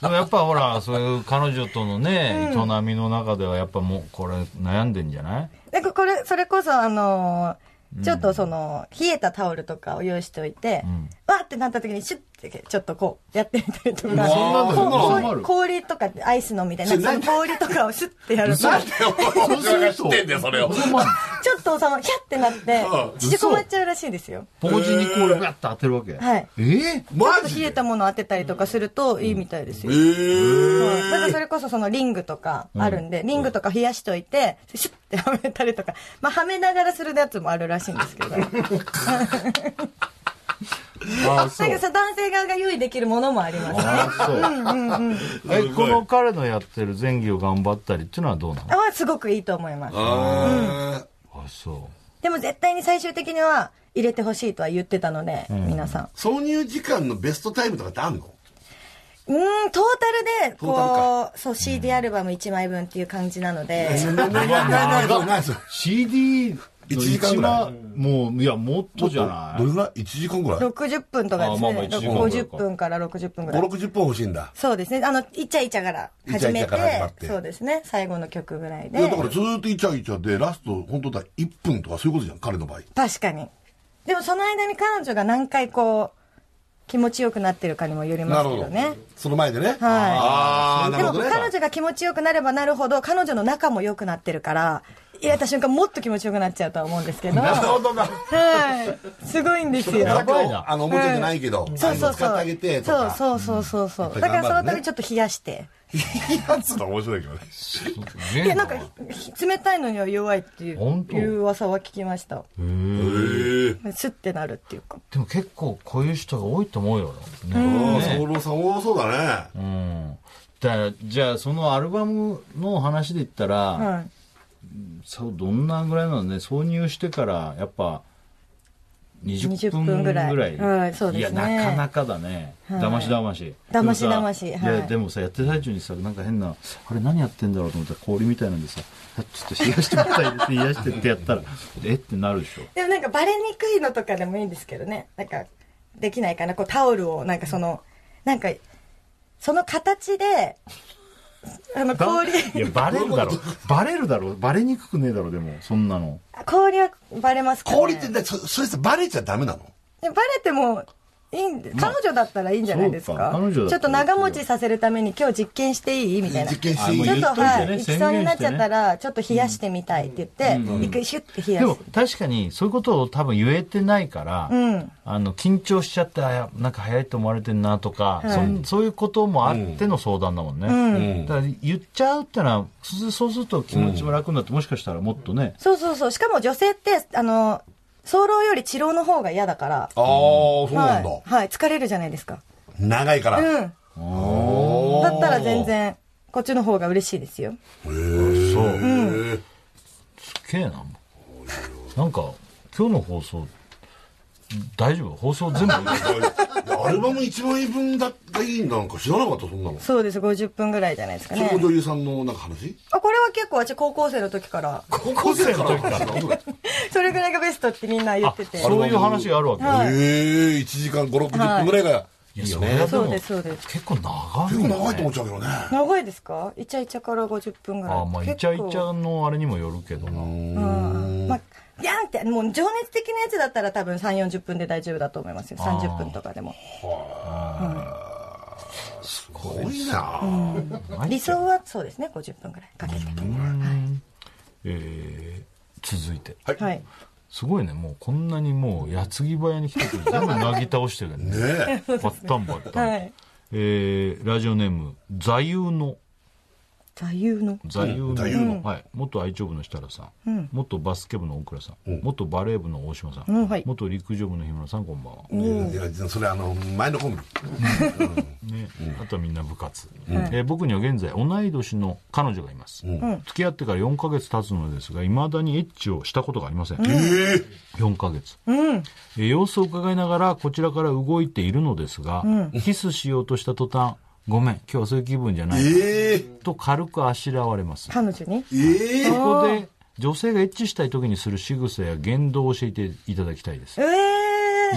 でもやっぱほらそういう彼女とのね営みの中ではやっぱもうこれ悩んでんじゃない
なんかこれ、それこそ、あのーちょっとその、冷えたタオルとかを用意しておいて、わ、ってなった時にシュッてちょっとこうやってみたり
そ
とか
んなんで
こう
そんなのあ
こう
る
氷とかアイスのみたいな
それ
その氷とかをシュッてやるとちょ
そうすると。知ってんだよ、それを。
っとそのヒャッてなって
うん
縮こまっちゃうらしいですよ
ポコチンにこうやって当てるわけ。
はい
えー
ちょ
マ
っと
ジ
冷え
で
たものを当てたりとかするといいみたいですよ、
えー
はいだからそれこそそのリングとかあるんで、リングとか冷やしといて、シュッてはめたりとか、まあはめながらするやつもあるらしいんですけど。なんか
ああ、そう。
さ、男性側が用意できるものもありますね。
あそう。え、この彼のやってる前戯を頑張ったりっていうのはどうなの
はすごくいいと思います。
あー
あ、そ
でも絶対に最終的には入れてほしいとは言ってたので、皆さん。
挿入時間のベストタイムとかってあんの
うーん、トータルで、
トー
こう、そう、CD アルバム1枚分っていう感じなので、
ないないないないない。
う。CD の
一時間ぐらい
一番もう、いや、もっとじゃな
ど
い
れぐらい ?1 時間ぐらい
60分とかです
あまあまあ
ね、
一時間ぐらいか
50分から60分ぐらい
?5、。60分欲しいんだ。
そうですね。あの、イチャイチャから始め
イチャイチャ
て、
から始まって
そうですね。最後の曲ぐらい
い
で。
やだからずーっとイチャイチャで、ラスト、本当だ、1分とかそういうことじゃん、彼の場合。
確かに。でもその間に彼女が何回こう、気持ちよくなってるかにもよりますけどね。
その前でね。はいあー、なる
でも
ほどね。
彼女が気持ちよくなればなるほど、彼女の仲も良くなってるから、入れた瞬間もっと気持ちよくなっちゃうとは思うんですけど。
なるほどな。
はい。すごいんですよ。
やばい
な
あの、おもちゃじゃないけど、あの
そうそう
使
そ
って
う
あげて。と
そ
か。
う
う
そうそうそうそう、
やっぱ
だ
り
か
頑張るね
らそのためにちょっと冷やして。
そう。やつの面 白いけどね。
いや、なんか、冷たいのには弱いっていう
本当
いう噂は聞きました。
へえ。
スッてなるっていうか。
でも結構こういう人が多いと思うよ。ね
ああ、ソウルさん多そうだね。
うん。だからじゃあそのアルバムの話で言ったら、
はい。
そうどんなぐらいなのね挿入してからやっぱ20
20
分
分
ぐらい
ぐらいはいそうですね
いやなかなかだね、
はい
だましだまし
だまし
でもさ
だまし
い
はい
やでもさやってる最中にさなんか変なあれ何やってんだろうと思ったら氷みたいなんでさあちょっと冷やしてもらって冷やしてってやったら えってなるでしょ
でもなんかバレにくいのとかでもいいんですけどね。なんか、できないかな。こうタオルを、なんかその、なんか、その形で、あの氷、
いやバレるだろバレるだろバレにくくねえだろでもそんなの
氷はバレますか、ね、
氷ってね、そそれさ、バレちゃダメなの
でバレてもいいんで、彼女だったらいいんじゃないですか
そうか彼女だったらいいよ
ちょっと長持ちさせるために今日実験していいみたいな。
実験して
あ
い
も
いう
ちょっと、
言っといてね宣
はい、行
言してね
きそうになっちゃったら、ちょっと冷やしてみたいって言って、一回シュッて冷や。
ですも確かにそういうことを多分言えてないから、
ん
あの緊張しちゃってあやなんか早いと思われてんなとか、そんそういうこともあっての相談だもんね、だから言っちゃうってのはそうそうすると気持ちも楽になって、もしかしたらもっとね
そうそうそう。しかも女性って、あの、早漏より治療の方が嫌だから。
ああ、そうなんだ
は。い、はい、疲れるじゃないですか。
長いから。
うん。だったら全然、こっちの方が嬉しいですよ。
そう。
すっげえななんか今日の放送大丈夫放送全部
アルバム1枚分だがいいんだなんか知らなかった、そんなの。
そうです、50分ぐらいじゃないですか
それも
ね。
女優さんのなんか話
あ、これは結構、私高校生の時から、
高校生からの話なの
それぐらいがベストってみんな言ってて。
そういう話があるわけ、
はい
ええ、1時間5、60分ぐらいがいいよね。
それ
そう
はでも
です、そうです。
結構長い
結構
よね
長いと思っちゃうけどね。
長いですかイチャイチャから50分ぐらい。
あまあイチャイチャのあれにもよるけどな、
まあ、ギャンって、もう情熱的なやつだったら多分3、40分で大丈夫だと思いますよ。30分とかでも。
すごいな
理想はそうですね、50分ぐらいかけて。
えー続いて
はい。
すごいねもうこんなにもう矢継ぎ早に来てくる全部なぎ倒してるよね
ね
バッタンバッタン、
はい。
えーラジオネーム座右の
座右の。
座右の,、
座右の
はい、元愛鳥部の設楽さん、元バスケ部の大倉さん、元バレー部の大島さん、
うんはい
元陸上部の日村さんこんばんは、
え。いやいやそれあの、前のコンビ。
ねあとはみんな部活、えー僕には現在同い年の彼女がいます、付き合ってから4ヶ月経つのですがいまだにエッチをしたことがありません、4ヶ月、えー様子を伺いながらこちらから動いているのですが、キスしようとした途端ごめん今日はそういう気分じゃない、
ええ。
と軽くあしらわれます
彼女に
ええ。
そこで女性がエッチしたい時にする仕草や言動を教えていただきたいです
ええ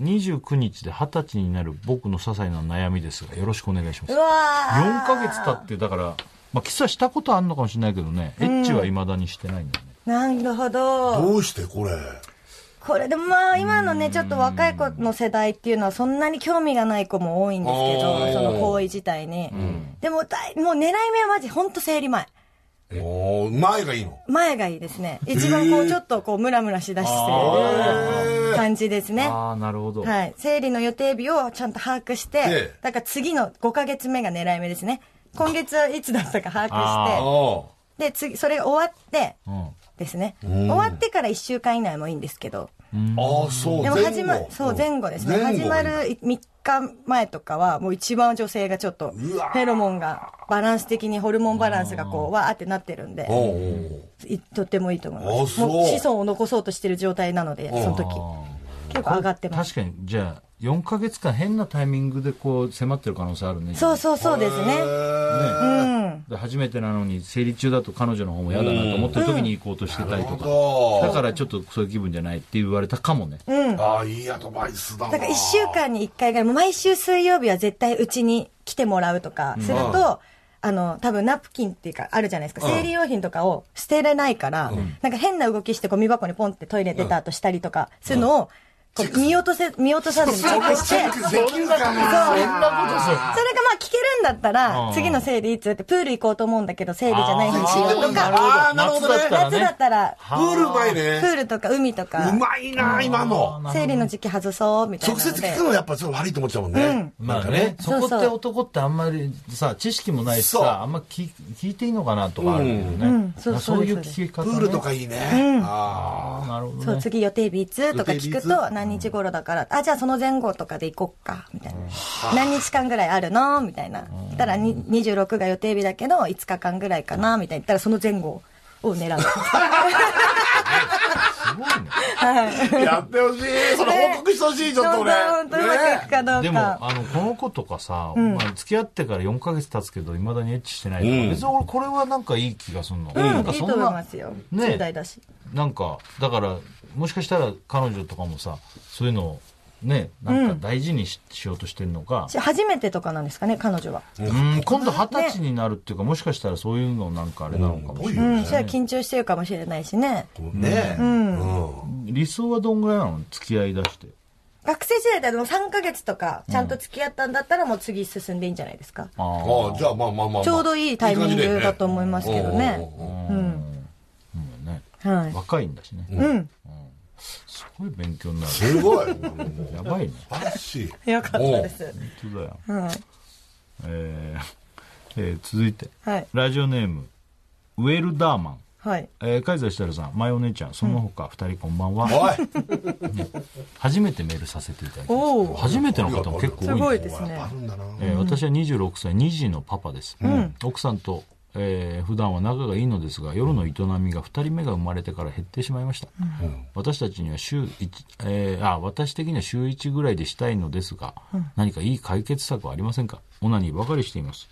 20 29日で20歳になる僕の些細な悩みですがよろしくお願いします
ー。うわー。
4ヶ月経ってだから、まあ、キスはしたことあるのかもしれないけどね、エッチはいまだにしてないんだよね
なるほど。
どうしてこれ。
これでもまあ今のねちょっと若い子の世代っていうのはそんなに興味がない子も多いんですけ
おー
どその行為自体に、でもだいもう狙い目はマジ本当生理前
おー前がいいの
前がいいですね一番こ
へー
うちょっとこうムラムラしだしてる感じですね
ああ、なるほど。
はい生理の予定日をちゃんと把握して、
ええ
だから次の5ヶ月目が狙い目ですね今月はいつだったか把握して
あ
で次それが終わって
うん
ですね終わってから1週間以内もいいんですけど
あーそう
でも始ま
前後
そう前後ですね
前後
始まる3日前とかはもう一番女性がちょっとフェロモンがバランス的にホルモンバランスがこうわーってなってるんで
おうおう
いとってもいいと思います
あそう
もう子孫を残そうとしてる状態なのでその時結構上がってます
確かにじゃあ4か月間変なタイミングでこう迫ってる可能性あるね
そうそうそうですねうん
で初めてなのに生理中だと彼女の方も嫌だなと思ってる時に行こうとしてたりとか、
あ
だからちょっとそういう気分じゃないって言われたかもね、
ーあーいいアドバイスだな
だから1週間に1回ぐらいもう毎週水曜日は絶対うちに来てもらうとかすると、あの多分ナプキンっていうかあるじゃないですか、生理用品とかを捨てれないから、なんか変な動きしてゴミ箱にポンってトイレ出た後したりとかするのを、こう見落とせ見落とさずにチェック して。
チェックできるかな
そんなことそれがまあ聞けるんだったら、次の生理いつってプール行こうと思うんだけど、生理じゃない日にしようとか、
あーなるほどね
夏だったら
夏だ
ね
ったら、
プールうまい
プ
ね
ールとか海とか
う、まいな今の
生理の時期外そうみたい
直
な
接
ので。
聞くのやっぱちょっと悪いと思っちゃうもんね、
まあねそ
そう
こ
そう
って男ってあんまりさ知識もないし
そう
さあんま聞聞いていいのかなとかあるけどね、
んうんそうそう
まあいう
そうです
聞き方、
プ
ね、
ールとかいいね、あ
なるほ
そ
ど
う、
ね
次予定日いつとか聞く
予定
と、何日頃だから、あ、じゃあその前後とかで行こっか、みたいな。何日間ぐらいあるのみたいな。言ったら、に26が予定日だけど、5日間ぐらいかな、みたいな。言ったら、その前後を 狙う。
あやってほしいそれ報告してほしいちょっと
本当
俺
本当うまくいくかどう
でも
か。
あのこの子とかさ、まあ、付き合ってから4か月経つけどいまだにエッチしてないとか、
うん
別に俺これはなんかいい気がするの、なん
う
か
ん、いい
そん
と
な
思いますよ。
ね
10代だし。
なんかだからもしかしたら彼女とかもさそういうのをねなんか大事にし,、ようとしてるのか
し初めてとかなんですかね、彼女は。
うん今度二十歳になるっていうか、もしかしたらそういうのなんかあれなのかもしれ
う
ない、
ん、それは緊張してるかもしれないしね。
ねえ、うん
理想はどんぐらいなの付き合いだして
学生時代でも3ヶ月とか、ちゃんと付き合ったんだったらもう次進んでいいんじゃないですか。
ああ
ああじゃあまあまあまあまあ、
ちょうどいいタイミングだと思いますけど
いい感
ね。
じだよね
う
う
ん。
んね
はい。
若いんだしね、
うん。
すごい勉強にな
すごいもう
るやばいね
素晴らしい
よかったです。
本当だよ
はい。
えーえー続いて
はい。
ラジオネームウェルダーマン
はい。
えー、海西設楽さん、まいお姉ちゃん、その他二人こんばんは。
おい
初めてメールさせていただきま
お
し
お
た。初めての方も結構
す
多
ご
い
いですね。
あるんだな
えー私は26歳2児のパパです、奥さんと、えー普段は仲がいいのですが夜の営みが2人目が生まれてから減ってしまいました、私たちには週1、えーあ私的には週1ぐらいでしたいのですが、何かいい解決策はありませんかオナニーばかりしています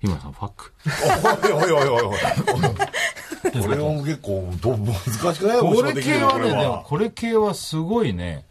日村さんファック
おいおいおいおい おいこれは結構どう難しくない
これ系は
こ
ね
れ
でもこれ系はすごいね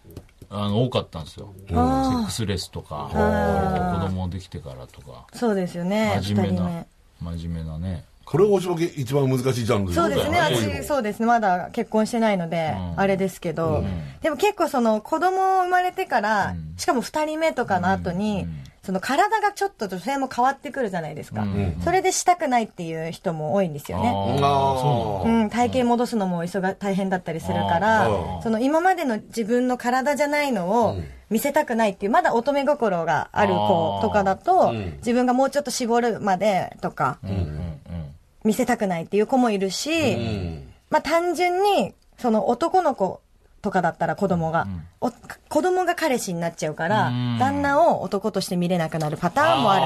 あの多かったんですよ、セックスレスとか子供できてからとか
そうですよね。
真
二
面目
人
な
目。
真面目なね
これがおしまけ一番難しいジャンル
そうですね。
こういうの
私、そうですね。まだ結婚してないので、あれですけど。でも結構その子供生まれてから、しかも二人目とかの後に、その体がちょっと女性も変わってくるじゃないですか。それでしたくないっていう人も多いんですよね。
あ
そう
ー
うん、体型戻すのも急が大変だったりするから
う、
その今までの自分の体じゃないのを見せたくないっていう、まだ乙女心がある子とかだと、自分がもうちょっと絞るまでとか、見せたくないっていう子もいるし、まあ単純に、その男の子とかだったら子供が、お子供が彼氏になっちゃうから、旦那を男として見れなくなるパターンもあるん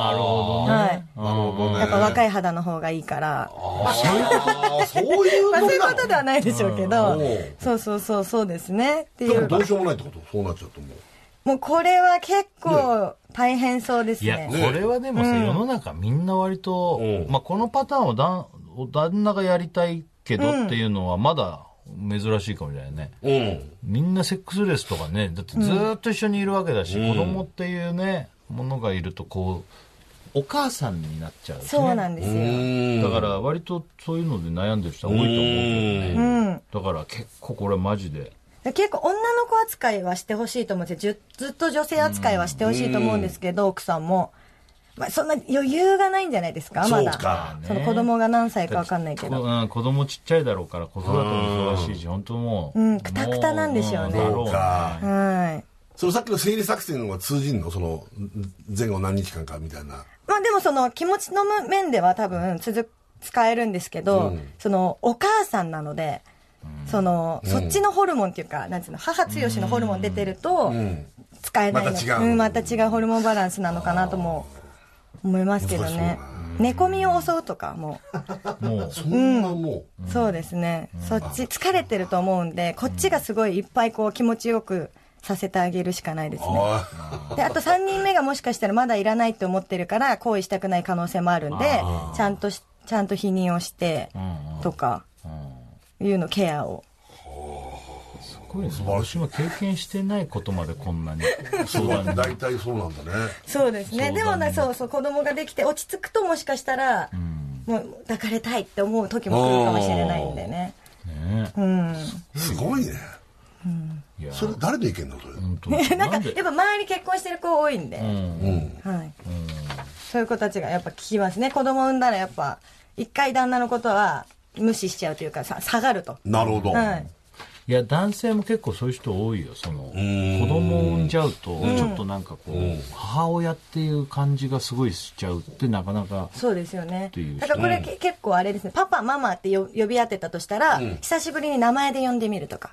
なるほどね、
ですよ。はい。
なるほどね
やっぱ若い肌の方がいいか
あ
ら、
ーそういう
まあ、
の
そういう
な
ことではないでしょうけど
うん、
そうそうそう、そうですね。ってい
でも
う
ど。うしようもないってことそうなっちゃうと思う
もうこれは結構大変そうです
いや、
ね。
これはでもさ、世の中みんな割と、
うん
まあ、このパターンをだんお旦那がやりたいけどっていうのはまだ珍しいかもしれないね。
うん
みんなセックスレスとかね、だってずーっと一緒にいるわけだし、子供っていうね、ものがいるとこう、お母さんになっちゃうんですね
そうなんですよ。
ん
だから割とそういうので悩んでる人は多いと思うけど
う
ね
ん。
だから結構これマジで
で結構女の子扱いはしてほしいと思うんですよ。ずずっと女性扱いはしてほしいと思うんですけど、奥さんも。まあ、そんな余裕がないんじゃないですか、まだ。
そうか
その子供が何歳かわかんないけど。
うん、子供ちっちゃいだろうから子育ても忙しいし本当もう
うん
も
くたくたなんでしょうね
んだろ
そうか
ね
はい。
そのさっきの生理作戦は通じんのその前後何日間かみたいな
まあでもその気持ちの面では多分続く、使えるんですけど、
うん
そのお母さんなので、その、そっちのホルモンっていうか、なんつうの、母強しのホルモン出てると、使えないの、
また違うん
また違うホルモンバランスなのかなとも思いますけど
難
ね
し。
寝込みを襲うとかも、
もう
そんなもう、
そうですね、そっち疲れてると思うんで、こっちがすごいいっぱいこう気持ちよくさせてあげるしかないですね。
ああ
で、あと3人目がもしかしたらまだいらないって思ってるから、行為したくない可能性もあるんで、ちゃんとし、ちゃんと否認をして、とか、いうのケアを。
すごいですね私も経験してないことまでこんなに
そ
相
う
談
だ
に
大体そうなんだね
そうですね。でもな、そうそう、子供ができて落ち着くともしかしたら、もう抱かれたいって思う時も来るかもしれないんでね。
ね
うん。
すごいね
いや
それ誰でいけんのそれ
本当に
なん
な
か、や
ん
っ
で
ぱ周り結婚してる子多いんで、
うん
はい。そういう子たちがやっぱ聞きますね。子供産んだらやっぱ、一回旦那のことは無視しちゃうというか、さ下がると。
なるほど、
はい。
いや男性も結構そういう人多いよその子供を産んじゃうとちょっとなんかこう、母親っていう感じがすごいしちゃうってなかなか
そうですよね
ていう。人
だからこれけ結構あれですね、パパ、ママってよ呼び当てたとしたら、久しぶりに名前で呼んでみるとか。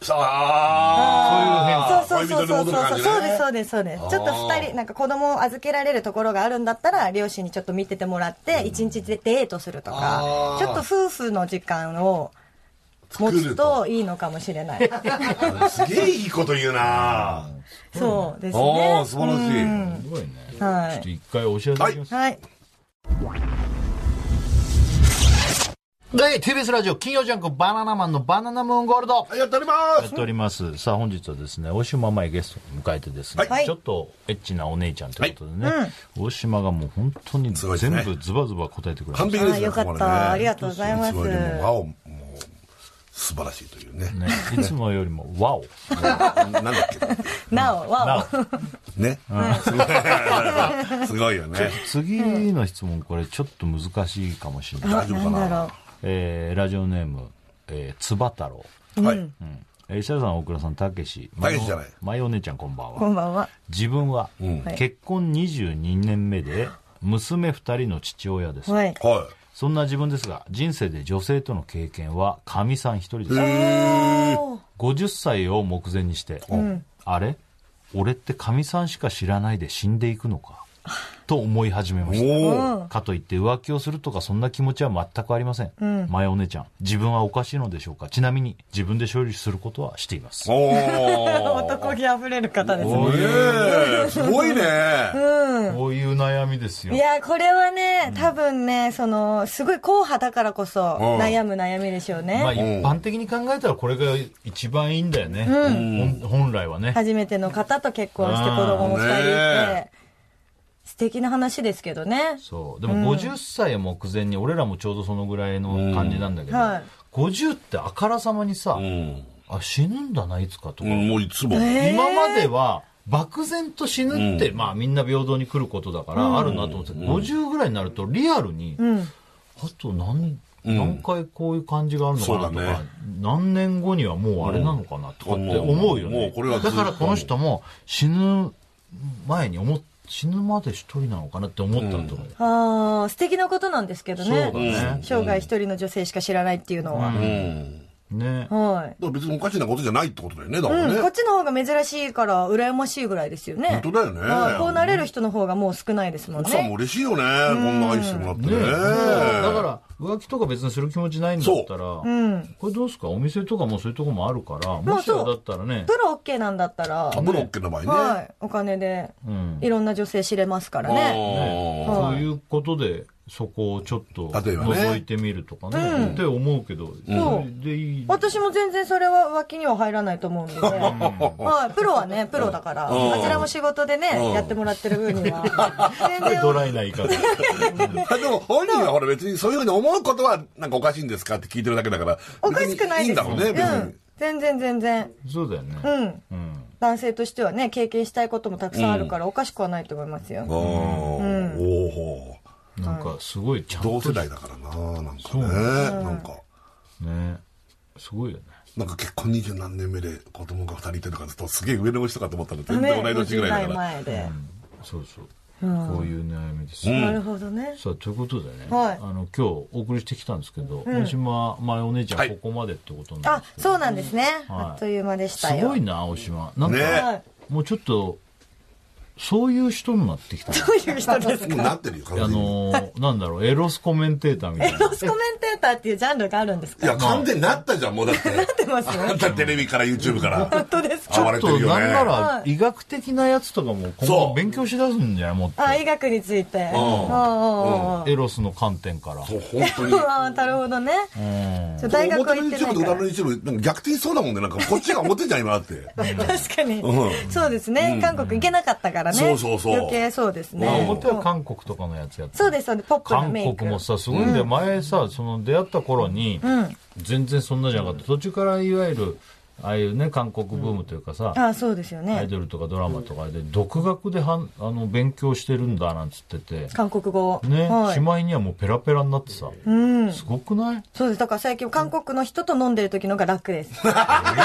さあ
そうそうそうそうそうそう。そうです、
す
そうです、そうです。ちょっと二人、なんか子供を預けられるところがあるんだったら、両親にちょっと見ててもらって、一日でデートするとか
あ、ー
ちょっと夫婦の時間を持つといいのかもしれない。
すげえいいこと言うな
そうです
お
ね
お。素晴らしい、
すごいね、
は
ちょっと
い。
一回お知らせします、
はい。
で TBS ラジオ金曜ジャンクバナナマンのバナナムーンゴールド
はいやっておりま
やっ
す
ておりますさあ本日はですね大島前ゲストに迎えてですね、
はい
ちょっとエッチなお姉ちゃんということでね、大島がもう本当に
すごいです
全
ね
部ズバズバ答えてくれました
完璧
あ
です
ー
ね
よか
こ
っ
こまでね
た。ありがとうございます
つ。もよりも和をもう素晴らしいという ね
ね、いつもよりも「ワオ
なんだっ
なお、わお。
なお
けねすごいよね
次の質問これちょっと難しいかもしれない、
大丈夫か
なんだ
な
ろ
えーラジオネーム、えー、つば太郎、
はい
うんえー石原さん大倉さんたけした
けしじゃない
まよお姉ちゃんこんばん
う。こ
は
んばんは。
自分は、
ん
はい
結婚22年目で娘2人の父親です、
はい。
は
そんな自分ですが人生で女性との経験はかみさん一人です、
いへー
おー
50歳を目前にして、あれ俺ってかみさんしか知らないで死んでいくのかと思い始めました
お
かといって浮気をするとかそんな気持ちは全くありません、前お姉ちゃん自分はおかしいのでしょうかちなみに自分で処理することはしています
おお
男気あふれる方ですね。
こういう
ーすごいね
こういう悩みですよ
いや、これはね、多分ね、その、すごい硬派だからこそ、
うん
悩む悩みでしょう
まあ
ね。
一般的に考えたらこれが一番いいんだよね、ほん本来はね
初めての方と結婚して子供も二人い
うん
て、素敵な話ですけどね。
そうでも50歳目前に俺らもちょうどそのぐらいの感じなんだけど、
うんはい
50ってあからさまにさ、
うん
あ死ぬんだないつかとか、
うんもういつも
今までは漠然と死ぬって、まあみんな平等に来ることだからあるなと思って、50ぐらいになるとリアルに、あと何何回こういう感じがあるのかなと
そう
か、
だね
何年後にはもうあれなのかなとかって思うよね、
もうこれはずっ
だ
と
からこの人も死ぬ前に思っ死ぬまで一人なのかなって思ったんだと思うよ、
ああ、素敵なことなんですけどね。
そうだね
生涯一人の女性しか知らないっていうのは。
うん
ね
はい。
だから別におかしなことじゃないってことだよねだか
う
ら
ん、こっ
ね
ちの方が珍しいから、羨ましいぐらいですよね。
本当だよね
はいこうなれる人の方がもう少ないですもん
奥さん
ね
も。嬉しいよねこんな愛してもらってね
ねだから浮気とか別にする気持ちないんだったら、
うん。
これどうですかお店とかもそういうとこもあるから
ま
も
あ
しあ
そう
れだったらね
プロ OK なんだったら、
アブロッケの場合ね
はい。お金で、
うん
いろんな女性知れますからね。
ね
ね
ということでそこをちょっと
例えばね
覗いてみるとかねって思うけど、それでいい
私も全然それは脇には入らないと思うんで、 はい、プロはねプロだから
うん
あちらも仕事で
うん
ねやってもらってる分 には全然
ドライな言い方
あでも本人はほら別にそういうふうに思うことはなんかおかしいんですかって聞いてるだけだから
おかしくな
別に
い
いいん
で
だ
す
ろうね別に、
うん、全然全然
そうだよね、
うん
うん
男性としてはね経験したいこともたくさんあるから、おかしくはないと思いますよ
あーお
なんかすごいちゃん
ー
と
同世代だからななんか
そう
ね
ね
なんか
ねすごいよね
なんか結婚二十何年目で子供が二人いてとかずっとすげえ上の人かと思ったら全然同い年ぐらいだ
ね
から、
前で、
そうそう、こういう悩みですよ、
なるほどね
さあということでね、
はい
あの今日お送りしてきたんですけど、大島前お姉ちゃ
は
ん
い
ここまでってことなんですけど、
あそうなんですね、
はい
あっという間でした
す
よ
ごいな青島なんか、
ね
はい、
もうちょっとそういう人になって きたな
どういう人です
もう
か
なってるよ完
あ
全に
のー、なんだろうエロスコメンテーターみたい
エ
な
ロスコメンテーターっていうジャンルがあるんです
いや
か
完全になったじゃんもうだって
知ってます
あんたテレビから YouTube から
本当です
あ
か
われ
ち
て
ょっ
る
と
よ
なん
ね
なら
は
医学的なやつとかも今
そ
後
う
勉強しだすんじゃないもっと
あ医学についてあ
エロスの観点から
そう本当に
あなるほどねちょ大学は行ってない
表の YouTube と
から
裏の YouTube なんか逆転しそうだもんねなんかこっちが表じゃん今だって
確かに
う
そうですね韓国行けなかったからね
そうそうそう
余計そうですね
まあ表は韓国とかのやつやって
そうですそうですポップな
韓
メイク
国もさすごいんだよ、前さその出会った頃に、全然そんなじゃなかった途中からいわゆるああいうね韓国ブームというかさ、
あそうですよ
アイ
ね
ドルとかドラマとかで独学ではんあの勉強してるんだなんつってて、
韓国語
ね
はい
しまいにはもうペラペラになってさ、すごくない
そうですだから最近韓国の人と飲んでる時のが楽です韓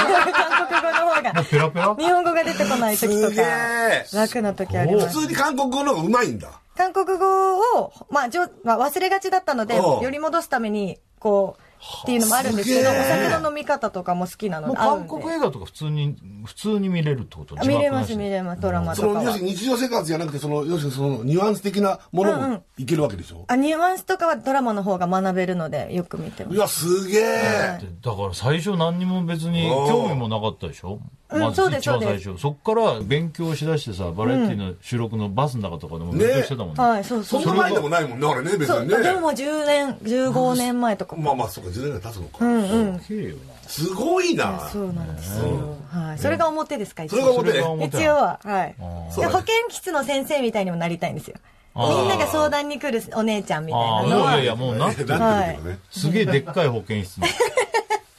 国語の方が
ペラペ ラ
日本語が出てこない時と
すげ
か
え
楽な時あります
普通に韓国語の方がうまいんだ
韓国語を、まあ、じょまあ忘れがちだったので、
おう
より戻すために、こう、っていうのもあるんですけど、
すげ
お
え
酒の飲み方とかも好きなの
もう
で、合うん
韓
で
国映画とか普通に普通に見れるってこと
あ見れます、
字幕なしで
見れます、ドラマ
そ
とか
の要
は
する。に日常生活じゃなくてその要するにそのニュアンス的なものもいけるわけでしょ、
あ、ニュアンスとかはドラマの方が学べるので、よく見てま
い
す。
やすげえ、
でだから最初何にも別に興味もなかったでしょ
うん
まず
そうです
一番最
そ
初そっから勉強しだしてさバラエティの収録のバスの中とかでも勉強してたもんね
はい、そうそ
そ。
うん
な前でもないもんねあれね別
そう、
にね
でももう10年、15年前とか
まあ
も。
まあそうか10年ぐらい経つのか、
すげえよ
すごいな
そうなんですよ。はい。それが表ですか、一
それが
応。
表
それ
で
が表
一応は、はい。
そう
で
だね
保健室の先生みたいにもなりたいんですよ。みんなが相談に来るお姉ちゃんみたい
なあ
な
あも
の
うい
は
やい。やもうな
なっ
っ
て
て
る
る
けどね
すげえでっかい保健 室の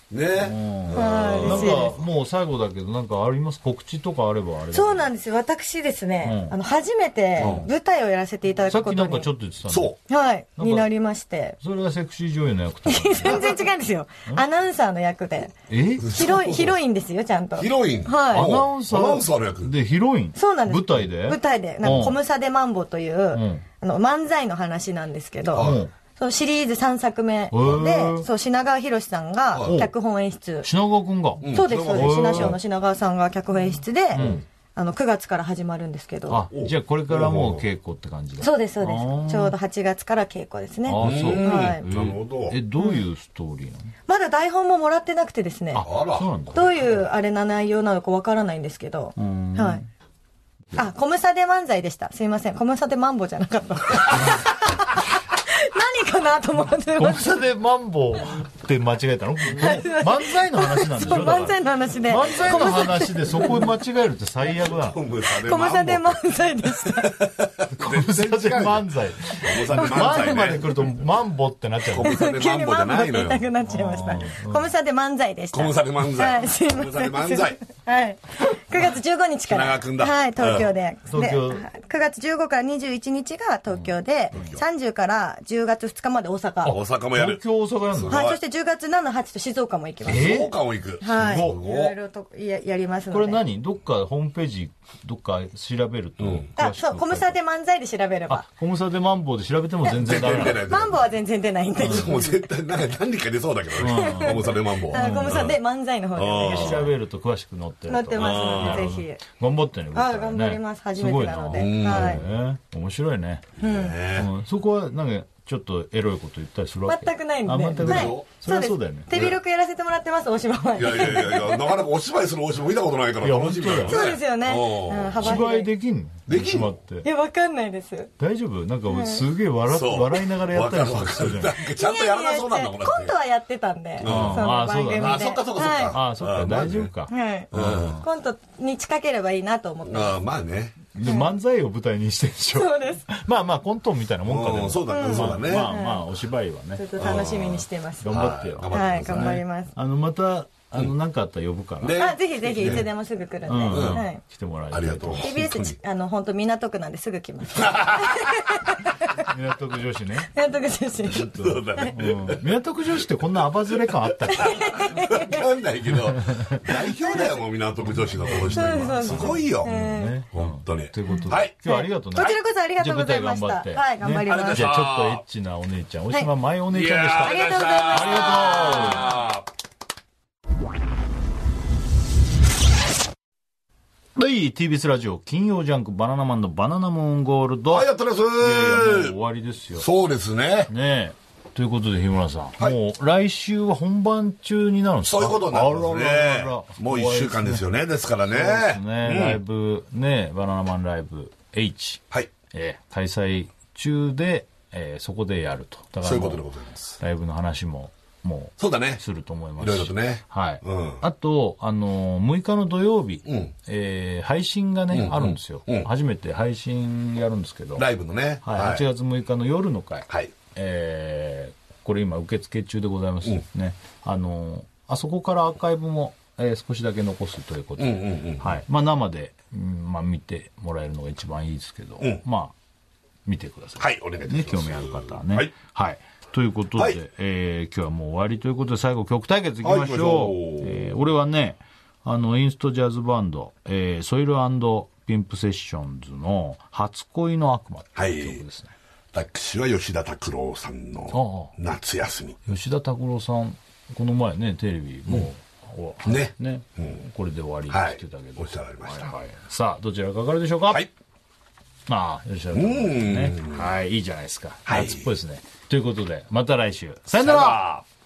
ね
はい
な
嬉
ん
しいです
かもう最後だけどなんかあります告知とかあればあれだけど
そうなんですよ私ですね、
うん
あの初めて舞台をやらせていただ
さ
く
っ
こと
き
に
なんかちょっと言ってたね
そう
はい
か
になりまして
それはセクシー女優の役とか
全然違うんですよアナウンサーの役で
え
広い広いんですよちゃんと
ヒロイン
はい
あ
アナウンサー
アナウンサーの役
でヒロイン
そうなんです
舞台で
舞台でなん
うん
か「コムサデマンボ」という、
ん
あの漫才の話なんですけど、
うん
そのシリーズ3作目
ー
でそう品川博さんが
い
脚本演出
品川君が
そうですそうです
うん
品賞の品川さんが脚本演出で、あの9月から始まるんですけど
あじゃあこれからもう稽古って感じだ
そうですそうで
あー
すちょうど8月から稽古ですね
ああそう
はい
え
なるほど
えどういうストーリーなの
まだ台本ももらってなくてです
あ
ね
ら
そうなんだ
どういうあれな内容なのかわからないんですけどはいあコムサで漫才でしたすいませんコムサでマンボじゃ なかった何かなと思って
ご
ま
無
す
沙でマンボウって間違えたの漫才の話なんでしょ
そ
だ
う
から
漫才の話で
漫才の話でそこ間違えるって最悪だ
コムサで
コムサで
漫才
漫才でした
ご無沙で漫才
コムサで漫
漫
才
才まで来
ね
るとマンボってなっちゃう
コムサで
急に
漫才じ
マ
ゃ
ンボっ
な
て
いの
言いた く
よ
なっちゃいましたコムサで漫才でした
コムサで漫
は
才
い、すいま
コムサ
せ
で
ん。
漫才
はい。9月15日から。
品川君だ
はい、東京で。
うん
で
東
9月15から21日が東京で、30から10月2日まで大阪。
大阪もや
東
る
京大阪やんの
はい、そして10月7、8と静岡も行きます。
福岡も行く
はい。い
すごい
ろいろとややりますので。
これ何どっかホームページどっか調べると詳
あ、
しく書いてあ
そう、
る
コムサで漫才で調べれば
あ。コムサでマンボウで調べても全然ダメな
出
の
ない出ない
マンボは全然出ないんで。
もう絶対なんか何か出そうだけどねコムサでマンボウ。
あコムサで漫才の方でお願いします。
調べると詳しく載ってると
載ってますので、ぜひ。
頑張ってね
はい、頑張ります。初めてなので。
ごい
はい。
ね面白いね、うんそこはなんかちょっとエロいこと言ったりするわけ
全くないんで。
あ全くない、
はい
それはそうだよね
です手広くやらせてもらってます、大島はい
やいやいやいや、なかなかお芝居する大島見たことないから
いや
楽しみだよね。
本
そうですよね。
おー
うん、幅
芝
広
居
い。い
できんの
できんの
島って
や、わかんないです。
大丈夫なんか俺すげえ笑,、
そう
笑いながらやったりと
わ
か
か
す
る
る
わ
じ
か
ゃ
るなん
ない
かちゃんとやらなそうなんだもんな
いや
い
やコントはやってたんで、そ
あー
の番組
そう
で。
だ
あ、そっかそっかそっ
は
か。
あそっか大丈夫か
い。はい。コントに近ければいいなと思って。
ああ、まあね。
で漫才を舞台にしてるでしょ
そうです。
まあまあコントみたいなもんかで
うん
も
そうだね、そうだね。
まあまあお芝居はね
ちょっと楽しみにしてます。
頑
は
張ってよ
頑張っ
い、
てくださ
頑張ります。
あのまたあの何かあったら呼ぶから、
ね
あ、ぜひぜひ、いつでもすぐ来るんで。
うん
はい。
来てもらい
あ
たい
りがとう。
TBS ち、あの、本当港区なんですぐ来ます。
港区女子ね、
港区出身。い
そうだね。
うん、港区女子ってこんなアバズレ感あったっけ
わかんないけど、代表だよ、もう港区女子のこの人
そう
今。
そ
す
うそう
ごいよ。
ね
本当に。
ということで、
はい。
今日はありがとうね
こちらこそありがとうございました
じゃあ舞台
はい頑張ります
じゃあちょっとエッチなお姉ちゃん大島舞お姉ちゃんでした、
い
りが
や
とうございました。
ー
はい、TBS ラジオ、金曜ジャンク、バナナマンのバナナムーンゴールド。
はい、
いや
や
い
ったです
や、もう終わりですよ。
そうですね。
ねえ。ということで、日村さん、
い
もう来週は本番中になるんですか
そういうことになるんです
あらら
ね
らら。
もう一週間ですよね。ですからね。
怖いですね。ライブ、ねえバナナマンライブ H、
はい。
えー開催中で、えーそこでやると。だからも
そういうことでございます。
ライブの話も、もう、
そうだね。
すると思いま
い
すし
ろいろとね。
はい。
うん
あと、あのー、6日の土曜日、
ん
えー配信がね、
ん
あるんですよ、
うん
初めて配信やるんですけど、
ライブのね。
はい8月6日の夜の回、
はい。
えーこれ今受付中でございます、
うん
ね。あのーあそこからアーカイブも、えー少しだけ残すということ
うん
で、
うんうん。
はい。まあ生で、うんまあ見てもらえるのが一番いいですけど、
ん
まあ、見てください。
はい、お願いいたしま
ね、
す。
興味ある方はね。は
はいい。
ということで、
はい
えー今日はもう終わりということで、最後曲対決いきましょう。
はい行きましょう
えー俺はね、あの、インストジャズバンド、えーソイルピンプセッションズの初恋の悪魔っていう曲ですね。
私は吉田拓郎さんの
あ
夏休み。
吉田拓郎さん、この前ね、テレビもう、お
ね
ね、これで終わり
はい
って言ってたけど。
おっしゃられました
はいはいさあ、どちらかかるでしょうか
はい。
ああ、吉田拓郎さんね。はい、いいじゃないですか。
はい
夏っぽいですね。ということで、また来週。さよなら